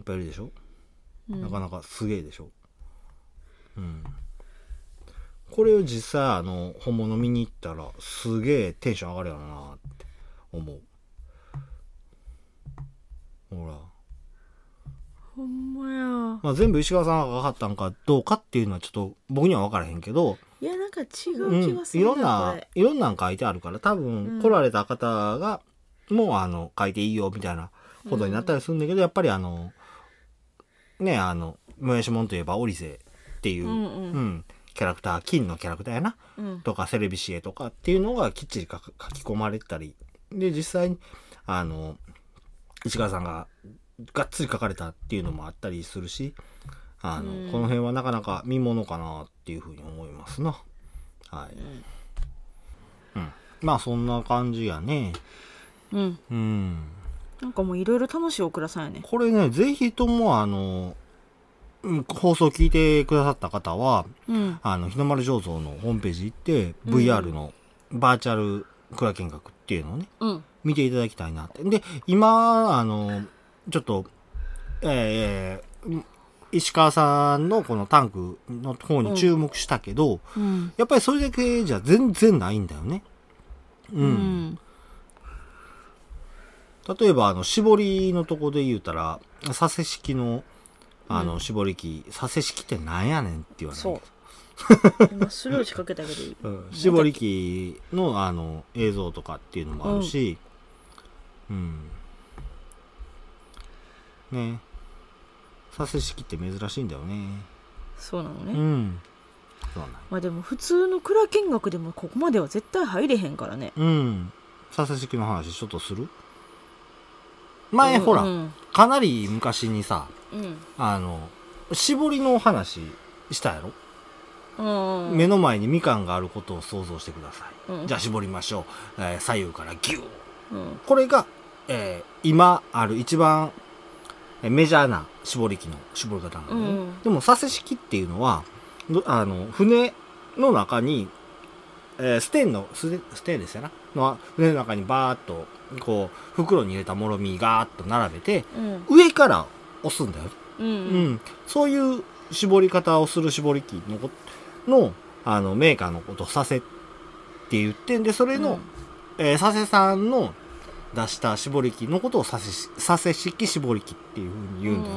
Speaker 1: っぱいいるでしょ、
Speaker 2: うん
Speaker 1: なかなかすげえでしょうん。これを実際、あの、本物見に行ったら、すげえテンション上がるやろなって思う。ほら。
Speaker 2: ほんま
Speaker 1: まあ全部石川さんがかかったんかどうかっていうのはちょっと僕には分からへんけど、
Speaker 2: やいやなんか違
Speaker 1: う
Speaker 2: うん気がす
Speaker 1: い
Speaker 2: る
Speaker 1: ろんな
Speaker 2: これ
Speaker 1: いろんなん書いてあるから多
Speaker 2: うん
Speaker 1: 分来られた方が、もうあの書いていいよみたいなことになったりするんだけど、やっぱりあのねあのもやしもんといえばオリゼっていう、
Speaker 2: うんうん
Speaker 1: んキャラクター金のキャラクターやな
Speaker 2: うん
Speaker 1: とかセレビシエとかっていうのがきっちり書く書き込まれてたりで実際にあの石川さんががっつり書かれたっていうのもあったりするしあの、
Speaker 2: うん
Speaker 1: この辺はなかなか見ものかなっていうふうに思いますな。はい、うん、まあそんな感じやね。
Speaker 2: うん
Speaker 1: うん。
Speaker 2: なんかもういろいろ楽しいお倉さんやね
Speaker 1: これね、ぜひともあの、うん放送聞いてくださった方は、
Speaker 2: うん
Speaker 1: あの、日の丸醸造のホームページ行って、
Speaker 2: うん
Speaker 1: VR のバーチャル蔵見学っていうのをね、
Speaker 2: うん
Speaker 1: 見ていただきたいなって。で、今、あの、ちょっと、えーえー石川さんのこのタンクの方に注目したけど、
Speaker 2: うん
Speaker 1: やっぱりそれだけじゃ全然ないんだよね。
Speaker 2: う
Speaker 1: うん
Speaker 2: ん
Speaker 1: 例えばあの絞りのとこで言うたら左折式のあの絞り機、左折式ってなんやねんって言わないけど
Speaker 2: そう 今スルー仕掛けたけどいい
Speaker 1: うん絞り機のあの映像とかっていうのもあるし、うんね左折式って珍しいんだよね
Speaker 2: そうなの
Speaker 1: う
Speaker 2: ね
Speaker 1: んそうなん
Speaker 2: まあでも普通の蔵見学でもここまでは絶対入れへんからね
Speaker 1: うん左折式の話ちょっとする前、
Speaker 2: うん
Speaker 1: ほら、
Speaker 2: うん
Speaker 1: かなり昔にさ
Speaker 2: うん
Speaker 1: あの絞りの話したやろ
Speaker 2: うんうん
Speaker 1: 目の前にみかんがあることを想像してください、
Speaker 2: うん
Speaker 1: じゃあ絞りましょう、えー左右からギュー
Speaker 2: うん
Speaker 1: これが、えー今ある一番えーメジャーな絞り機の絞り方なんだよね、
Speaker 2: うん
Speaker 1: でも左折式っていうのはどあの船の中に、えーステンのステステンですよなの船の中にバーッとこう袋に入れたもろみガーッと並べて
Speaker 2: うん
Speaker 1: 上から押すんだよね
Speaker 2: うん
Speaker 1: う
Speaker 2: うん
Speaker 1: ん、そういう絞り方をする絞り機のこのあのメーカーのことをさせって言ってんでそれの、
Speaker 2: うん
Speaker 1: えー、佐世さんの出した搾り機のことをサセしサセ式搾り機っていうふうに言うんだよ、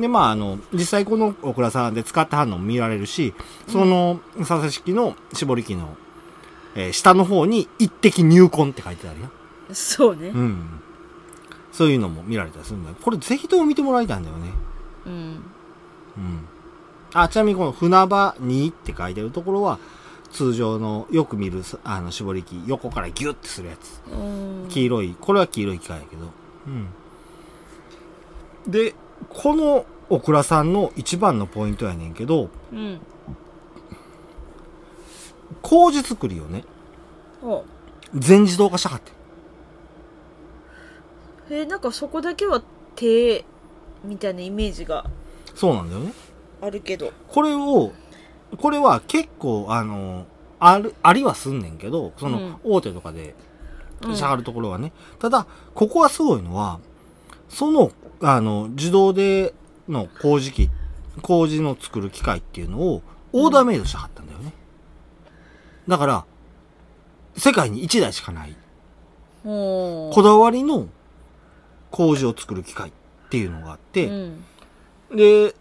Speaker 1: でまああの実際このオクラさんで使ってはんのも見られるしそのサセ式の絞り機の、えー下の方に「一滴入魂」って書いてあるよ、
Speaker 2: うんそうね
Speaker 1: う。ん、そういうのも見られたりするんだよこれぜひとも見てもらいたいんだよね
Speaker 2: うん。
Speaker 1: うんあちなみにこの「船場に」って書いてるところは通常のよく見るあの絞り機横からギュッてするやつ
Speaker 2: うん
Speaker 1: 黄色いこれは黄色い機械やけど、うん、でこのオクラさんの一番のポイントやねんけど
Speaker 2: うん。
Speaker 1: 麹作りをね
Speaker 2: お
Speaker 1: 全自動化したかって
Speaker 2: えーなんかそこだけは手みたいなイメージが
Speaker 1: そうなんだよね
Speaker 2: あるけど。
Speaker 1: これをこれは結構あのあるありはすんねんけどその大手とかで
Speaker 2: うん
Speaker 1: しゃがるところはね、ただここはすごいのはそのあの自動での麹機麹の作る機械っていうのをオーダーメイドしてはったんだよね、だから世界に1台しかない
Speaker 2: おー
Speaker 1: こだわりの麹を作る機械っていうのがあって、
Speaker 2: うん
Speaker 1: で、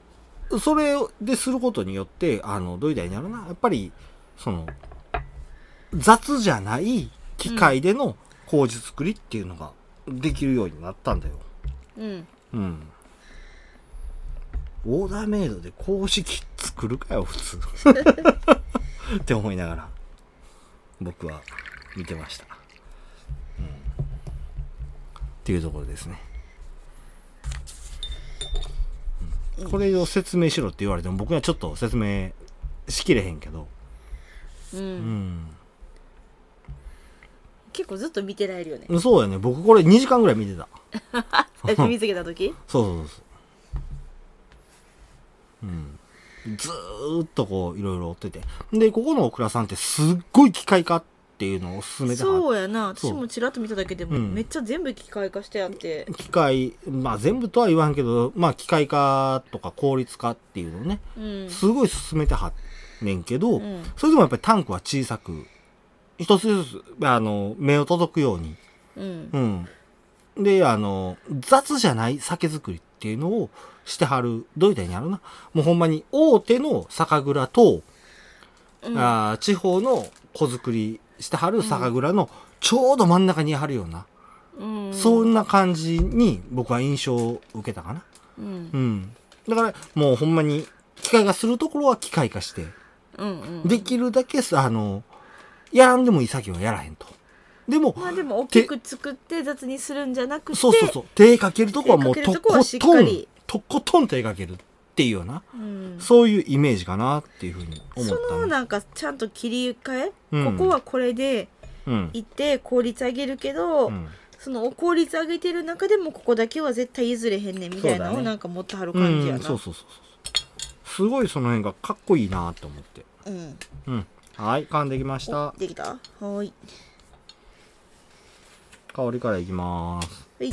Speaker 1: それですることによって、あの、どういう台になるな、やっぱり、その、雑じゃない機械での麹作りっていうのができるようになったんだよ。
Speaker 2: うん。
Speaker 1: うん。オーダーメイドで麹機作るかよ、普通。 って思いながら、僕は見てました。うん。っていうところですね。うんこれを説明しろって言われても僕にはちょっと説明しきれへんけど、
Speaker 2: う。
Speaker 1: うんん、
Speaker 2: 結構ずっと見てられ るよね。
Speaker 1: そうやね僕これ2時間ぐらい見てた
Speaker 2: 最初見つけ た時
Speaker 1: そうそうそう。うん。ずーっとこう、いろいろ追ってて。で、ここのオクラさんってすっごい機械化っていうのをおすすめでは
Speaker 2: そうやな
Speaker 1: そう
Speaker 2: 私もちらっと見ただけでも、
Speaker 1: うん
Speaker 2: めっちゃ全部機械化してあって
Speaker 1: 機械、まあ全部とは言わんけど、まあ機械化とか効率化っていうのをね、
Speaker 2: うん
Speaker 1: すごい進めてはんねんけど、
Speaker 2: うん
Speaker 1: それでもやっぱりタンクは小さく、一つずつ、あの、目を届くように、
Speaker 2: うん
Speaker 1: うん。で、あの、雑じゃない酒造りっていうのをしてはる、どういう点にあるな。もうほんまに大手の酒蔵と、
Speaker 2: うん
Speaker 1: あー地方の小作りしてはる酒蔵のちょうど真ん中にあるような、
Speaker 2: うん
Speaker 1: そんな感じに僕は印象を受けたかな。
Speaker 2: うん
Speaker 1: うん。だからもうほんまに機械がするところは機械化して、
Speaker 2: うんうん
Speaker 1: できるだけ、あの、やらんでもいい作業はやらへんと。でも、
Speaker 2: まあでも大きく作って雑にするんじゃなくて
Speaker 1: そうそうそう。手かけるとこはもう
Speaker 2: 手
Speaker 1: と
Speaker 2: かけ
Speaker 1: こ
Speaker 2: るとこはしっか
Speaker 1: とん
Speaker 2: り、
Speaker 1: とことん手かけるっていうような、
Speaker 2: うん
Speaker 1: そういうイメージかなっていうふうに思っ
Speaker 2: そ
Speaker 1: た
Speaker 2: の
Speaker 1: ね。
Speaker 2: なんかちゃんと切り替え、
Speaker 1: うん
Speaker 2: ここはこれで
Speaker 1: うん。
Speaker 2: いて効率上げるけど、
Speaker 1: うん
Speaker 2: その効率上げてる中でもここだけは絶対譲れへんねんみたい
Speaker 1: そう
Speaker 2: なの
Speaker 1: だ
Speaker 2: を
Speaker 1: ね
Speaker 2: なんか持ってはる
Speaker 1: う
Speaker 2: 感じや
Speaker 1: ん、
Speaker 2: な
Speaker 1: そうそうそうそう。すごいその辺がかっこいいなと思って。
Speaker 2: うん
Speaker 1: うん。はい、噛んできました。
Speaker 2: できたはーい
Speaker 1: 香りからいきます。
Speaker 2: はい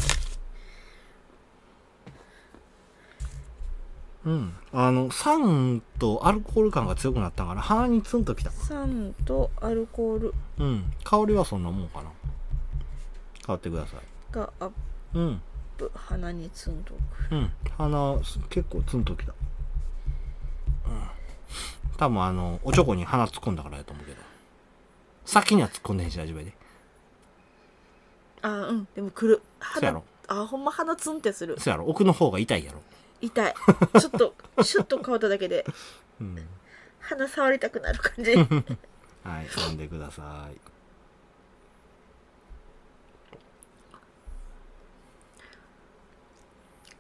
Speaker 1: うん。あの、酸とアルコール感が強くなったから鼻にツンときた。
Speaker 2: 酸とアルコール
Speaker 1: うん。香りはそんなもんかな。変わってください。
Speaker 2: がアッ
Speaker 1: うん。
Speaker 2: プ鼻にツンと
Speaker 1: うん鼻す結構ツンときた、うん、多分あのおちょこに鼻突っ込んだからやと思うけど先には突っ込んでへんし大丈夫やで
Speaker 2: あーうんでもくる
Speaker 1: そうやろ
Speaker 2: あーほんま鼻ツンってする
Speaker 1: そうやろ奥の方が痛いやろ
Speaker 2: 痛いちょっと シュッと変わっただけで
Speaker 1: うん
Speaker 2: 鼻触りたくな る感じ
Speaker 1: はい飲んでください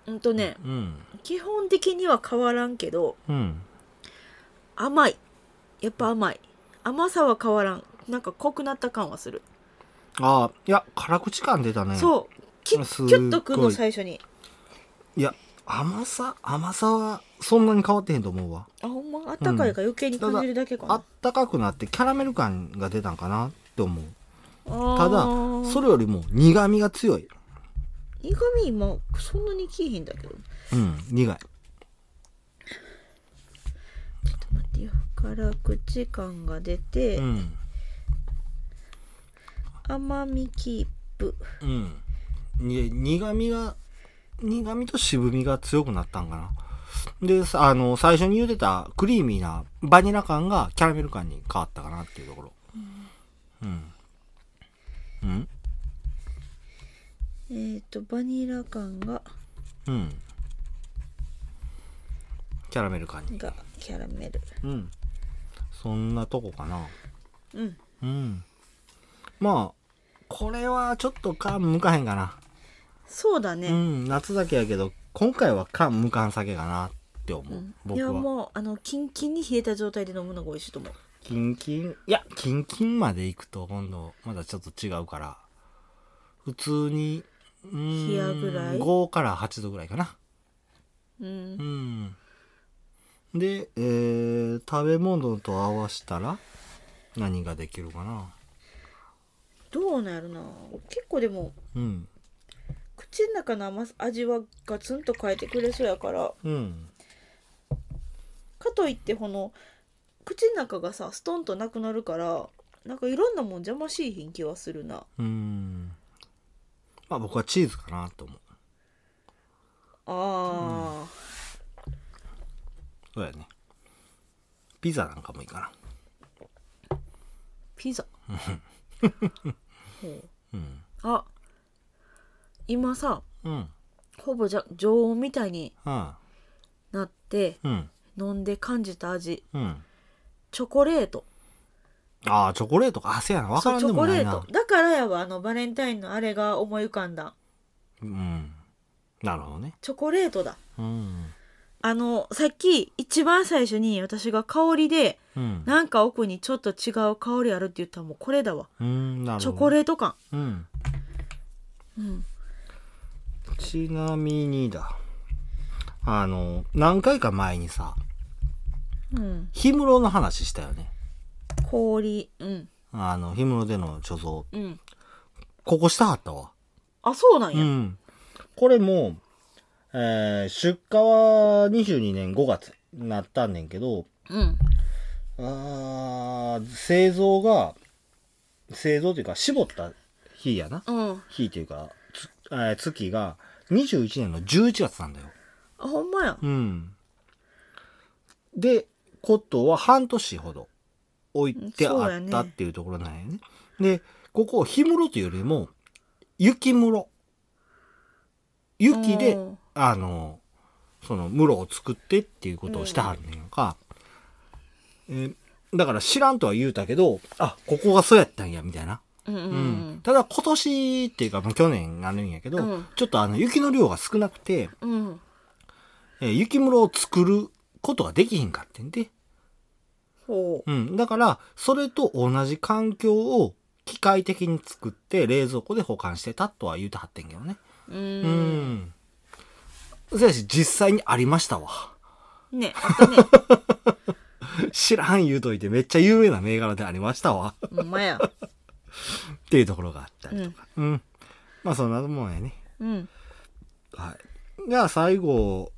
Speaker 2: うんとね
Speaker 1: うん
Speaker 2: 基本的には変わらんけど
Speaker 1: うん
Speaker 2: 甘いやっぱ甘い甘さは変わらんなんか濃くなった感はする、
Speaker 1: ああいや辛口感出たねう
Speaker 2: そうキュ
Speaker 1: すっご
Speaker 2: ッ
Speaker 1: い
Speaker 2: キュッとくんの最初に
Speaker 1: いや甘さ甘さはそんなに変わってへんと思うわ
Speaker 2: あほんまあったかいが余計に感じるだけか
Speaker 1: あ
Speaker 2: な
Speaker 1: っ、たかくなってキャラメル感が出たんかなって思う
Speaker 2: あ
Speaker 1: ただ
Speaker 2: ー
Speaker 1: それよりも苦味が強い
Speaker 2: 苦味今そんなに効いへんだけど
Speaker 1: うん苦い
Speaker 2: 待ってよ辛口感が出て、
Speaker 1: うん
Speaker 2: 甘みキープ
Speaker 1: うんに苦味が苦味と渋みが強くなったんかなでさあの最初に言うてたクリーミーなバニラ感がキャラメル感に変わったかなっていうところうんうん
Speaker 2: えー、とバニラ感が
Speaker 1: うんキャラメル感に
Speaker 2: がキャラメル
Speaker 1: うんそんなとこかな
Speaker 2: うん
Speaker 1: うんまあこれはちょっと感向かへんかな
Speaker 2: そうだね、
Speaker 1: うん、夏酒やけど、今回は缶無缶酒かなって思う。
Speaker 2: い
Speaker 1: 僕
Speaker 2: や
Speaker 1: は。
Speaker 2: もうあのキンキンに冷えた状態で飲むのが美味しいと思う
Speaker 1: キンキン、いや、キンキンまで行くと今度、まだちょっと違うから、普通に、うーん
Speaker 2: 冷やぐらい
Speaker 1: 5から8度ぐらいかな。
Speaker 2: うん
Speaker 1: うん。で、えー、食べ物と合わしたら、何ができるかな。
Speaker 2: どうなるな結構でも
Speaker 1: うん。
Speaker 2: 口の中の甘さ味はガツンと変えてくれそうやから
Speaker 1: うん。
Speaker 2: かといってこの口の中がさストンとなくなるからなんかいろんなもん邪魔しいひん気はするな
Speaker 1: うん。まあ僕はチーズかなと思う。
Speaker 2: あ
Speaker 1: そうやね。ピザなんかもいいかな。
Speaker 2: ーピザ ほう
Speaker 1: うん。
Speaker 2: あ今さ
Speaker 1: うん。
Speaker 2: ほぼじゃ常温みたいに
Speaker 1: うん。
Speaker 2: なって
Speaker 1: うん。
Speaker 2: 飲んで感じた味
Speaker 1: うん。
Speaker 2: チョコレート
Speaker 1: ああ、チョコレートか。あ、せやな。わか
Speaker 2: そう
Speaker 1: らん
Speaker 2: チ
Speaker 1: で
Speaker 2: ョ
Speaker 1: も
Speaker 2: コ
Speaker 1: な
Speaker 2: レ
Speaker 1: い
Speaker 2: ー
Speaker 1: な
Speaker 2: ト。だからやわあのバレンタインのあれが思い浮かんだ
Speaker 1: うん。なるほどね。
Speaker 2: チョコレートだ
Speaker 1: うん。
Speaker 2: あのさっき一番最初に私が香りで
Speaker 1: うん。
Speaker 2: なんか奥にちょっと違う香りあるって言ったらもうこれだわ
Speaker 1: うん、なるほど。
Speaker 2: チョコレート感
Speaker 1: うん。
Speaker 2: うん
Speaker 1: ちなみにだ。あの、何回か前にさ、
Speaker 2: うん
Speaker 1: 氷室の話したよね。
Speaker 2: 氷うん
Speaker 1: あの、氷室での貯蔵。
Speaker 2: うん
Speaker 1: ここしたかったわ。
Speaker 2: あそうなん
Speaker 1: う
Speaker 2: や、
Speaker 1: ん。これも、えー出荷は22年5月になったんねんけど、
Speaker 2: うん、
Speaker 1: あー製造が製造というか絞った日やな
Speaker 2: うん
Speaker 1: 日というかつえー月が21年の11月なんだよ
Speaker 2: あほんまや
Speaker 1: うんでコットは半年ほど置いて
Speaker 2: そう
Speaker 1: あ
Speaker 2: や
Speaker 1: っ
Speaker 2: ね
Speaker 1: たっていうところなんやねでここ氷室というよりも雪室雪で
Speaker 2: うん
Speaker 1: あのその室を作ってっていうことをしてはるねんやんか、えーだから知らんとは言うたけどあここがそうやったんやみたいな、
Speaker 2: うんうんう
Speaker 1: うん
Speaker 2: ん
Speaker 1: ただ今年っていうかもう去年あるんやけど、
Speaker 2: うん
Speaker 1: ちょっとあの雪の量が少なくて、
Speaker 2: うん
Speaker 1: えー雪室を作ることができひんかってんで、
Speaker 2: ほ
Speaker 1: うん、だからそれと同じ環境を機械的に作って冷蔵庫で保管してたとは言うてはってんけどね
Speaker 2: ううん
Speaker 1: うん、そやし実際にありましたわ
Speaker 2: ねあったね
Speaker 1: 知らん言うといてめっちゃ有名な銘柄でありましたわ
Speaker 2: ほんまや
Speaker 1: っていうところがあった
Speaker 2: う
Speaker 1: りと
Speaker 2: ん
Speaker 1: か、うん、まあそんなもんやね
Speaker 2: うん
Speaker 1: はいじゃあ最後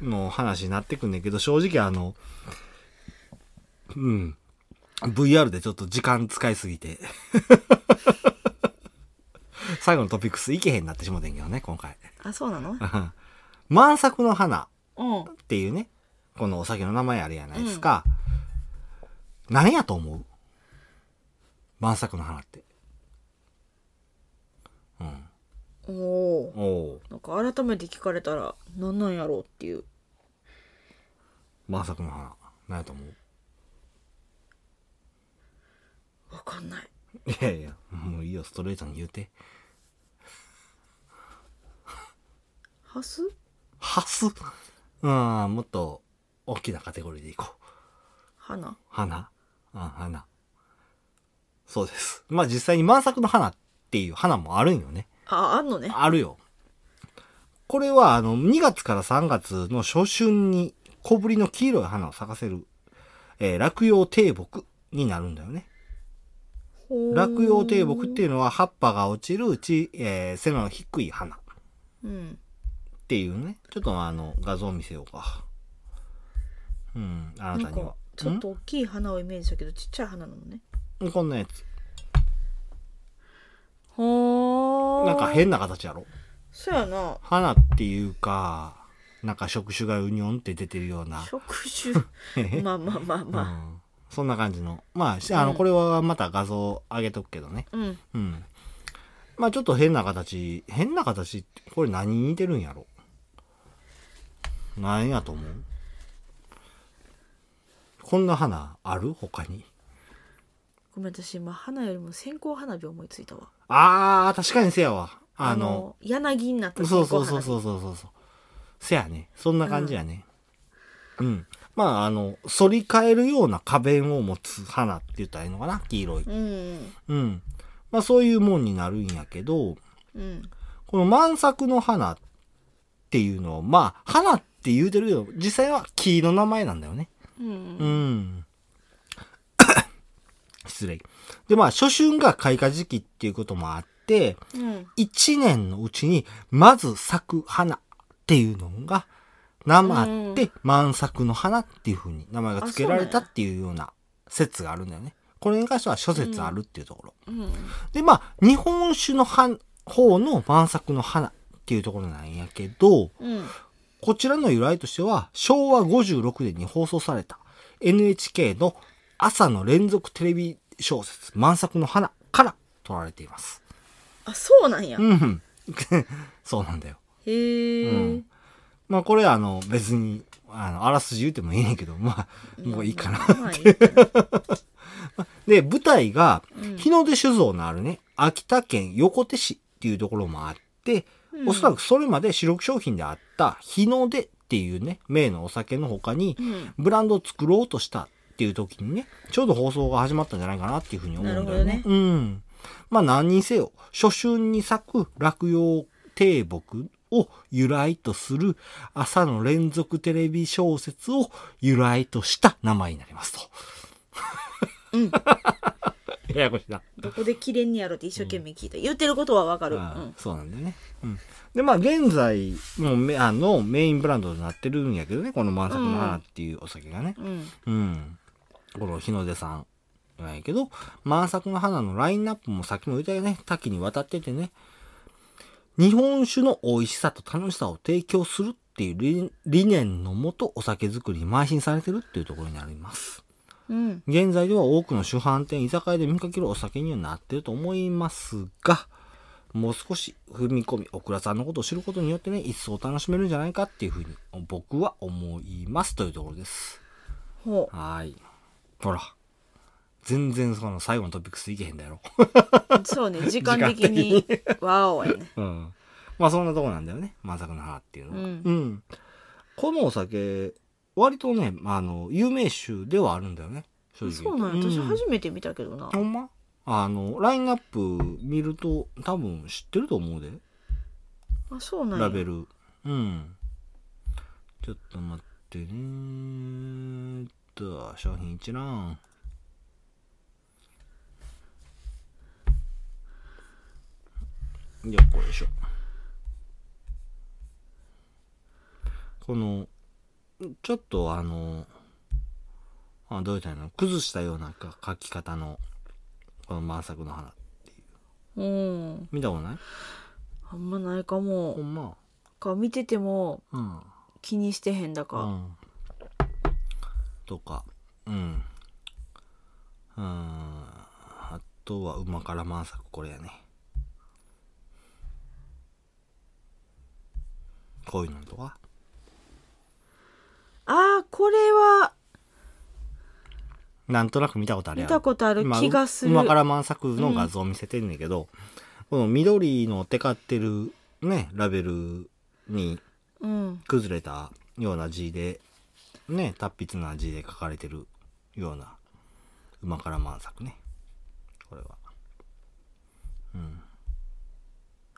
Speaker 1: の話になってくんねんけど正直あのうん VR でちょっと時間使いすぎて 最後のトピックスいけへんなってしもてんけどね今回
Speaker 2: あそうなの
Speaker 1: 満作の花
Speaker 2: うん
Speaker 1: っていうねこのお酒の名前あれやないですか、何やと思う満作の花ってうん
Speaker 2: おお
Speaker 1: おお
Speaker 2: なんか改めて聞かれたら何なんやろうっていう
Speaker 1: 満作の花何やと思う
Speaker 2: わかんない
Speaker 1: いやいやもういいよストレートに言うて
Speaker 2: ハス
Speaker 1: ハスうんもっと大きなカテゴリーでいこう
Speaker 2: 花
Speaker 1: 花うん花そうですまあ実際に満作の花っていう花もあるんよね
Speaker 2: ああんのね
Speaker 1: あるよ。これは、あの、2月から3月の初春に小ぶりの黄色い花を咲かせる、えー落葉低木になるんだよね。
Speaker 2: ほー
Speaker 1: 落葉低木っていうのは葉っぱが落ちるち、えー背の低い花っ
Speaker 2: うん
Speaker 1: ていうね。ちょっとあの、画像見せようか。うん、あ
Speaker 2: なん
Speaker 1: なたに
Speaker 2: か
Speaker 1: は。
Speaker 2: ちょっと大きい花をイメージしたけどちっちゃい花なのね
Speaker 1: んこんなやつ。
Speaker 2: ほー
Speaker 1: なんか変な形やろ。
Speaker 2: そうやな
Speaker 1: 花っていうか、なんか触手がうにょんって出てるような、
Speaker 2: 触 手まあまあまあま
Speaker 1: うん、そんな感じの。まあし、あの、これはまた画像上げとくけどね。
Speaker 2: あうん
Speaker 1: うん。まあちょっと変な形、変な形って、これ何に似てるんやろ何やと思うこんな花ある他に。
Speaker 2: ごめん私今花よりも線香花火思いついたわ
Speaker 1: あー、確かにせやわ。あの、
Speaker 2: 柳になった
Speaker 1: そう
Speaker 2: 線香
Speaker 1: そう
Speaker 2: 花火
Speaker 1: そうそうそうそうそう。せやね。そんな感じやね。うん。まあ、あの、反り返るような花弁を持つ花って言ったらいいのかな黄色い。
Speaker 2: うん
Speaker 1: うん。まあ、そういうもんになるんやけど、
Speaker 2: うん
Speaker 1: この満作の花っていうのを、まあ、花って言うてるけど、実際は木の名前なんだよね。
Speaker 2: うん
Speaker 1: うん。 失礼。で、まあ、初春が開花時期っていうこともあって、
Speaker 2: うん
Speaker 1: 一年のうちに、まず咲く花っていうのが、生あって、満作の花っていうふうに名前が付けられたっていうような説があるんだよね。これに関しては諸説あるっていうところ。
Speaker 2: うん
Speaker 1: で、まあ、日本酒の花方の万作の花っていうところなんやけど、
Speaker 2: うん
Speaker 1: こちらの由来としては、昭和56年に放送された NHK の朝の連続テレビ小説、万作の花から取られています。
Speaker 2: あそうなんや
Speaker 1: うん。そうなんだよ。
Speaker 2: へえ、
Speaker 1: うんまあ、これあの、別に、あの、あらすじ言ってもいいねんけど、まあ、もういいかな。
Speaker 2: まあいいかな
Speaker 1: で、舞台が
Speaker 2: うん、
Speaker 1: 日の出酒造のあるね、秋田県横手市っていうところもあって、
Speaker 2: うん
Speaker 1: おそらくそれまで主力商品であった日の出っていうね、名のお酒の他に
Speaker 2: う、ん
Speaker 1: ブランドを作ろうとしたっていう時にね、ちょうど放送が始まったんじゃないかなっていうふうに思うんだよ
Speaker 2: なる
Speaker 1: ね。
Speaker 2: ほ
Speaker 1: うん。まあ何にせよ、初春に咲く落葉低木を由来とする朝の連続テレビ小説を由来とした名前になりますと。
Speaker 2: うん
Speaker 1: ややこしいな。
Speaker 2: どこで切れんねやろって一生懸命聞いた、言ってることはわかる、う
Speaker 1: ああ
Speaker 2: ん、
Speaker 1: そうなんだよね。うん、でまあ現在もうめあのメインブランドになってるんやけどねこの「満作の花」っていうお酒がね。
Speaker 2: うん
Speaker 1: うん、この日の出さんなんやけど「満作の花」のラインナップもさっきも言ったよね多岐にわたっててね日本酒の美味しさと楽しさを提供するっていう理理念のもとお酒作りに邁進されてるっていうところになります。
Speaker 2: うん
Speaker 1: 現在では多くの主販店、居酒屋で見かけるお酒にはなってると思いますが、もう少し踏み込み、オクラさんのことを知ることによってね、一層楽しめるんじゃないかっていうふうに僕は思いますというところです。
Speaker 2: ほ
Speaker 1: はーい。ほら。全然その最後のトピックスいけへんだやろ。
Speaker 2: うそうね時間的にわおやね
Speaker 1: うん。 まあそんなとこなんだよね。満作の花っていうのは。
Speaker 2: うん
Speaker 1: うん、このお酒、割とね、まあ、あの、有名酒ではあるんだよね。正直言
Speaker 2: そう
Speaker 1: と。
Speaker 2: なんや私
Speaker 1: うん
Speaker 2: 初めて見たけどな、
Speaker 1: ほんまあの、ラインナップ見ると多分知ってると思うで、
Speaker 2: あそうなんや
Speaker 1: ラベル。うん。ちょっと待ってねーっと、商品一覧。よっこいしょ。この、ちょっとあの、あどう言ったらいいの崩したようなか書き方の、この満作の花。
Speaker 2: うん
Speaker 1: 見たことない
Speaker 2: あんまないか
Speaker 1: ほ
Speaker 2: も
Speaker 1: んま。
Speaker 2: か見てても
Speaker 1: うん。
Speaker 2: 気にしてへんだ
Speaker 1: う
Speaker 2: か、
Speaker 1: ん、とかうんうんあとは馬から満作これやねこういうのとか
Speaker 2: あーこれは
Speaker 1: なんとなく見たことあるや
Speaker 2: 見
Speaker 1: ん
Speaker 2: たことある
Speaker 1: 今
Speaker 2: 気がする、
Speaker 1: 馬から満作の画像を見せてんねんけど、この緑のテカってるねラベルに
Speaker 2: うん
Speaker 1: 崩れたような字でね達筆な字で書かれてるような馬から満作ねこれは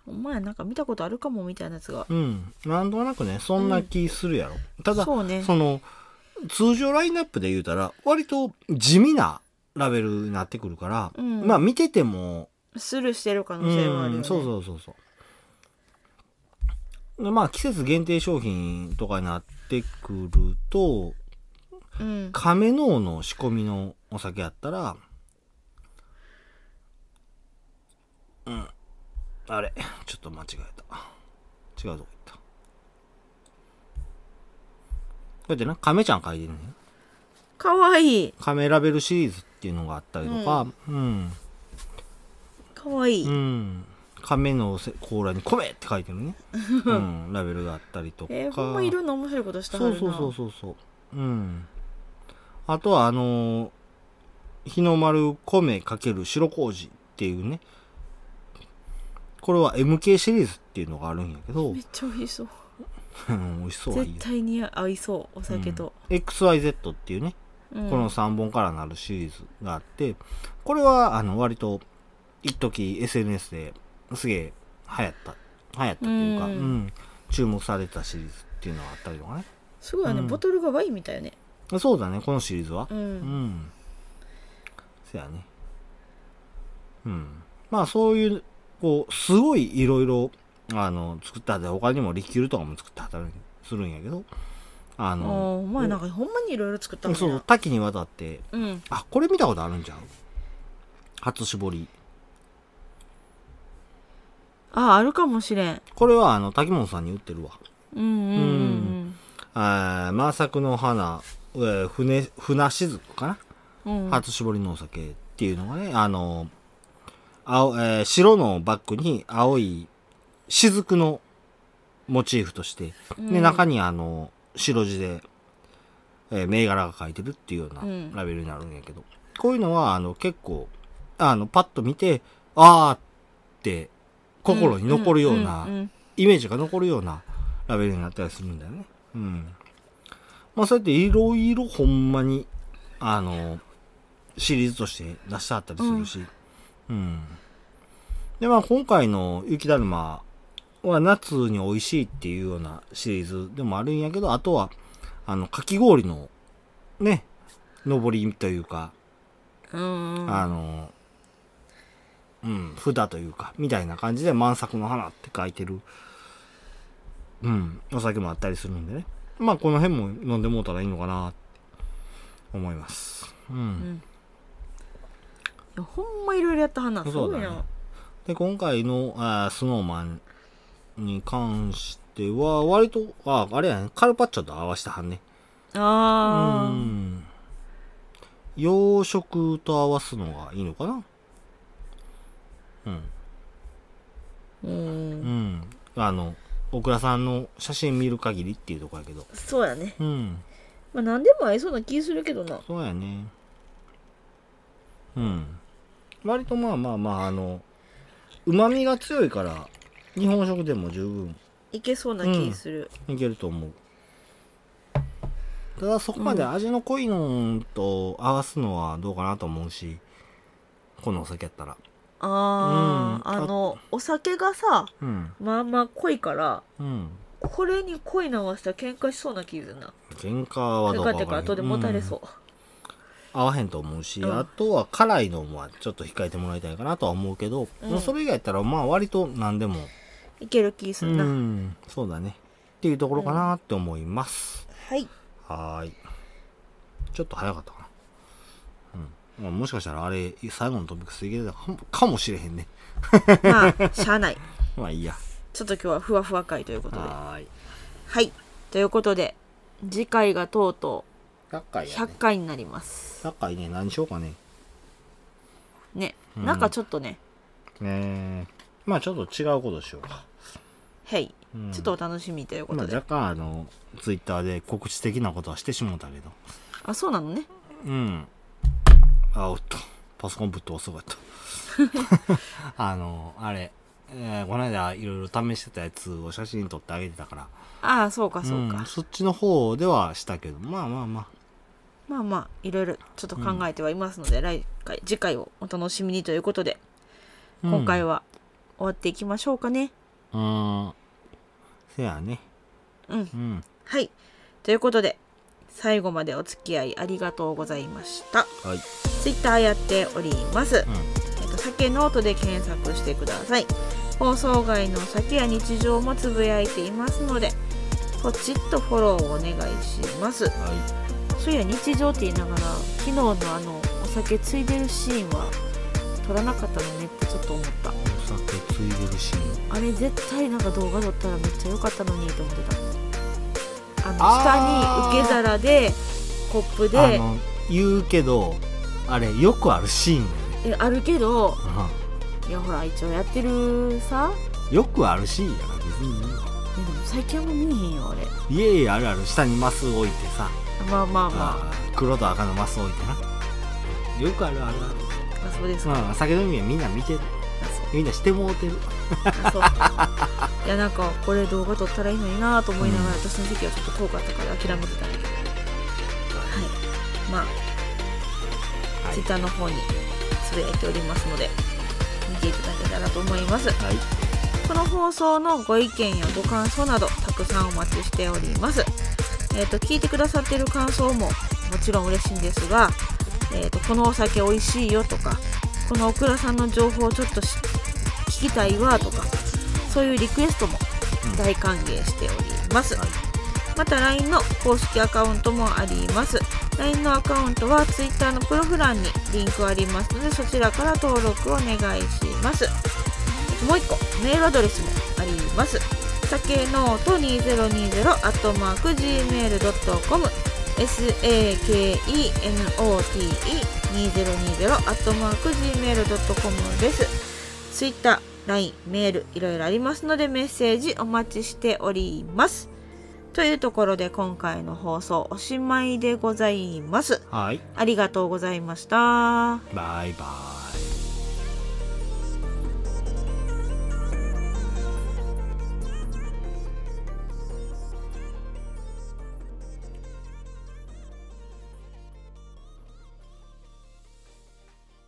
Speaker 2: お前なんか見たことあるかもみたいなやつが
Speaker 1: うんなんとなくねそんな気するやろ、ただ
Speaker 2: そうね
Speaker 1: の通常ラインナップで言うたら割と地味なラベルになってくるから、
Speaker 2: うん
Speaker 1: まあ見てても
Speaker 2: スルーしてる可能
Speaker 1: う
Speaker 2: 性はあるよね、
Speaker 1: んそうそうそうそうでまあ季節限定商品とかになってくると
Speaker 2: うん
Speaker 1: 亀脳の仕込みのお酒やったら、うん。あれ、ちょっと間違えた。違うとこ行った。こうやってな、亀ちゃん書いてるねん。
Speaker 2: かわいい
Speaker 1: 亀ラベルシリーズっていうのがあったりとか、うん。
Speaker 2: かわいい、
Speaker 1: うん。亀のせ甲羅に米って書いてるね。うん。ラベルがあったりとか。
Speaker 2: えー、ほんまいろんな面白いことしたは
Speaker 1: そ
Speaker 2: る
Speaker 1: う
Speaker 2: な
Speaker 1: そうそうそうそう。うん。あとは、あのー日の丸米×白麹っていうね。これは MK シリーズっていうのがあるんやけど
Speaker 2: め、っちゃ美味しそう
Speaker 1: うん美味しそうはいい
Speaker 2: 絶
Speaker 1: よ。
Speaker 2: 対に合いそうお酒と、
Speaker 1: うん XYZ っていうね、
Speaker 2: うん
Speaker 1: この3本からなるシリーズがあって、これは、あの、割と、一時 SNS ですげえ流行った、流行ったっていうか、
Speaker 2: う
Speaker 1: うんん、注目されたシリーズっていうのがあったりとかね。
Speaker 2: すごいよね、
Speaker 1: うん
Speaker 2: ボトルがワインみたいよね
Speaker 1: そうだね、このシリーズは
Speaker 2: う。ん、
Speaker 1: うん。そやね。うん。まあそういう、こう、すごいいろいろ、あの、作ったで、他にもリキュールとかも作ったりするんやけど、あ
Speaker 2: あー
Speaker 1: の、
Speaker 2: お前なんかほんまにいろいろ作ったんだ
Speaker 1: そう、多岐にわたって、
Speaker 2: うん
Speaker 1: あ、これ見たことあるんちゃう初絞り。
Speaker 2: ああるかもしれん
Speaker 1: これは、あの、滝本さんに売ってるわ。
Speaker 2: うんうんうん
Speaker 1: あーマーサクの花、えー、船、船雫かな、
Speaker 2: うんうん
Speaker 1: 初絞りのお酒っていうのがね、あの、青えー白のバッグに青い雫のモチーフとして、
Speaker 2: うん
Speaker 1: で、中にあの、白地で、えー銘柄が書いてるっていうような
Speaker 2: うん
Speaker 1: ラベルになるんやけど、こういうのは、あの、結構、あの、パッと見て、あーって、心に残るような、
Speaker 2: んん
Speaker 1: イメージが残るようなラベルになったりするんだよね。うん。まあそうやっていろいろほんまに、あの、シリーズとして出してあったりするし。うん。で、まあ今回の雪だるまは夏に美味しいっていうようなシリーズでもあるんやけど、あとは、あの、かき氷の、ね、上りというか、
Speaker 2: うんうん
Speaker 1: あの、うん、札というか、みたいな感じで、満作の花って書いてる、うん、お酒もあったりするんでね。まあ、この辺も飲んでもうたらいいのかな、思います。うん。
Speaker 2: んいやほんまいろいろやったはんなす
Speaker 1: そう
Speaker 2: ご
Speaker 1: だ
Speaker 2: い
Speaker 1: ね
Speaker 2: な。
Speaker 1: で、今回の、あースノーマンに関しては、割と、あ、あれやね、カルパッチョと合わせたはんね。う
Speaker 2: あー
Speaker 1: ん。洋食と合わすのがいいのかなうん。
Speaker 2: うん
Speaker 1: うん。あの、小倉さんの写真見る限りっていうとこやけど。
Speaker 2: そうやね
Speaker 1: うん。
Speaker 2: まあ何でも合いそうな気するけどな
Speaker 1: そうやね。うん。割とまあまあまあ、あの、旨味が強いから、日本食でも十分
Speaker 2: いけそうな気する
Speaker 1: いけると思う。ただそこまで味の濃いのと合わすのはどうかなと思うし、このお酒やったら。
Speaker 2: あー
Speaker 1: うん
Speaker 2: あのお酒がさ
Speaker 1: うん。
Speaker 2: まあまあ濃いから
Speaker 1: うん。
Speaker 2: これに濃いの合わせたら喧嘩しそうな気するな
Speaker 1: 喧嘩は
Speaker 2: 喧
Speaker 1: どう
Speaker 2: 嘩
Speaker 1: か
Speaker 2: って
Speaker 1: 分
Speaker 2: いう
Speaker 1: か
Speaker 2: から
Speaker 1: へん
Speaker 2: 後でもたれそう
Speaker 1: 合わへんと思うし、
Speaker 2: うん
Speaker 1: あとは辛いのもちょっと控えてもらいたいかなとは思うけど、
Speaker 2: うん
Speaker 1: まあそれ以外やったらまあ割と何でも、
Speaker 2: いける気す
Speaker 1: う
Speaker 2: るな、
Speaker 1: ん、そうだね。っていうところかなって思います。
Speaker 2: はい
Speaker 1: はーい。ちょっと早かったかな。うん。まあ、もしかしたらあれ、最後のトピックスいけてたかもかもしれへんね。
Speaker 2: まあしゃあない
Speaker 1: まあいいや。
Speaker 2: ちょっと今日はふわふわ会ということでは
Speaker 1: はーい。
Speaker 2: いということで次回がとうと
Speaker 1: 100
Speaker 2: う
Speaker 1: 回やね
Speaker 2: 100。回になります
Speaker 1: 100回ね、何しようかね。
Speaker 2: ね、
Speaker 1: うん
Speaker 2: なんかちょっとね
Speaker 1: ねえ。まあちょっと違うことしようか。
Speaker 2: はい、
Speaker 1: うん
Speaker 2: ちょっとお楽しみというこ
Speaker 1: まあ
Speaker 2: とで、
Speaker 1: 若干あの、ツイッターで告知的なことはしてしもうたけど。
Speaker 2: あそうなのね
Speaker 1: うん。あ、おっと。パソコンぶっ飛ばそうか った。あの、あれ、えーこの間いろいろ試してたやつを写真撮ってあげてたから。
Speaker 2: ああそうかそうか、
Speaker 1: んそっちの方ではしたけど、まあまあま
Speaker 2: まあまあいろいろちょっと考えてはいますので、来回次回をお楽しみにということで
Speaker 1: あ。
Speaker 2: 今回
Speaker 1: は。
Speaker 2: は終わっていきましょうかね、
Speaker 1: うん。せやね。
Speaker 2: うん
Speaker 1: うん。
Speaker 2: はいということで最後までお付き合いありがとうございました
Speaker 1: はい。
Speaker 2: ツイッターやっております、
Speaker 1: うん。
Speaker 2: えっと、酒ノートで検索してください放送外の酒や日常もつぶやいていますのでポチッとフォローをお願いします
Speaker 1: は
Speaker 2: そういや日常って言いながら昨日のあのお酒ついでるシーンは撮らなかったのねってちょっと思った
Speaker 1: お酒ついでるシーン
Speaker 2: あれ絶対なんか動画撮ったらめっちゃ良かったのにと思ってたあの
Speaker 1: あー
Speaker 2: 下に受け皿でコップで
Speaker 1: あの言うけどあれよくあるシーンやね、
Speaker 2: えあるけど
Speaker 1: う
Speaker 2: いやほら一応やってるさ
Speaker 1: ん、よくあるシーンやな別にいいよ
Speaker 2: えでも最近あんま見えへんよあれ
Speaker 1: いえいえあるある下にマス置いてさ
Speaker 2: まあまあまあ
Speaker 1: あー黒と赤のマス置いてなよくあるある
Speaker 2: あそうです
Speaker 1: あ
Speaker 2: か
Speaker 1: る、うん、酒飲みはみんな見てるみんなしてもうてる
Speaker 2: あそうあそういやなんかこれ動画撮ったらいいのになと思いながら私の席はちょっと遠かったから諦めてたんだけどはいまあ、
Speaker 1: はい
Speaker 2: ツイッターの方につぶやいておりますので見ていただけたらと思います
Speaker 1: はい
Speaker 2: この放送のご意見やご感想などたくさんお待ちしております。えっ、と聞いてくださってる感想ももちろん嬉しいんですが、えっ、とこのお酒美味しいよとか、このオクラさんの情報をちょっとし聞きたいわとか、そういうリクエストも
Speaker 1: うん
Speaker 2: 大歓迎しております。
Speaker 1: はい
Speaker 2: また LINE の公式アカウントもあります。LINE のアカウントは Twitter のプロフ欄にリンクありますのでそちらから登録お願いします。もう一個メールアドレスもあります。さけのーと2020 at mark gmail.com sakenote2020 at mark gmail.com です。ツイッター、LINE、メールいろいろありますのでメッセージお待ちしております。というところで今回の放送おしまいでございます。
Speaker 1: はい
Speaker 2: ありがとうございました。
Speaker 1: バイバイ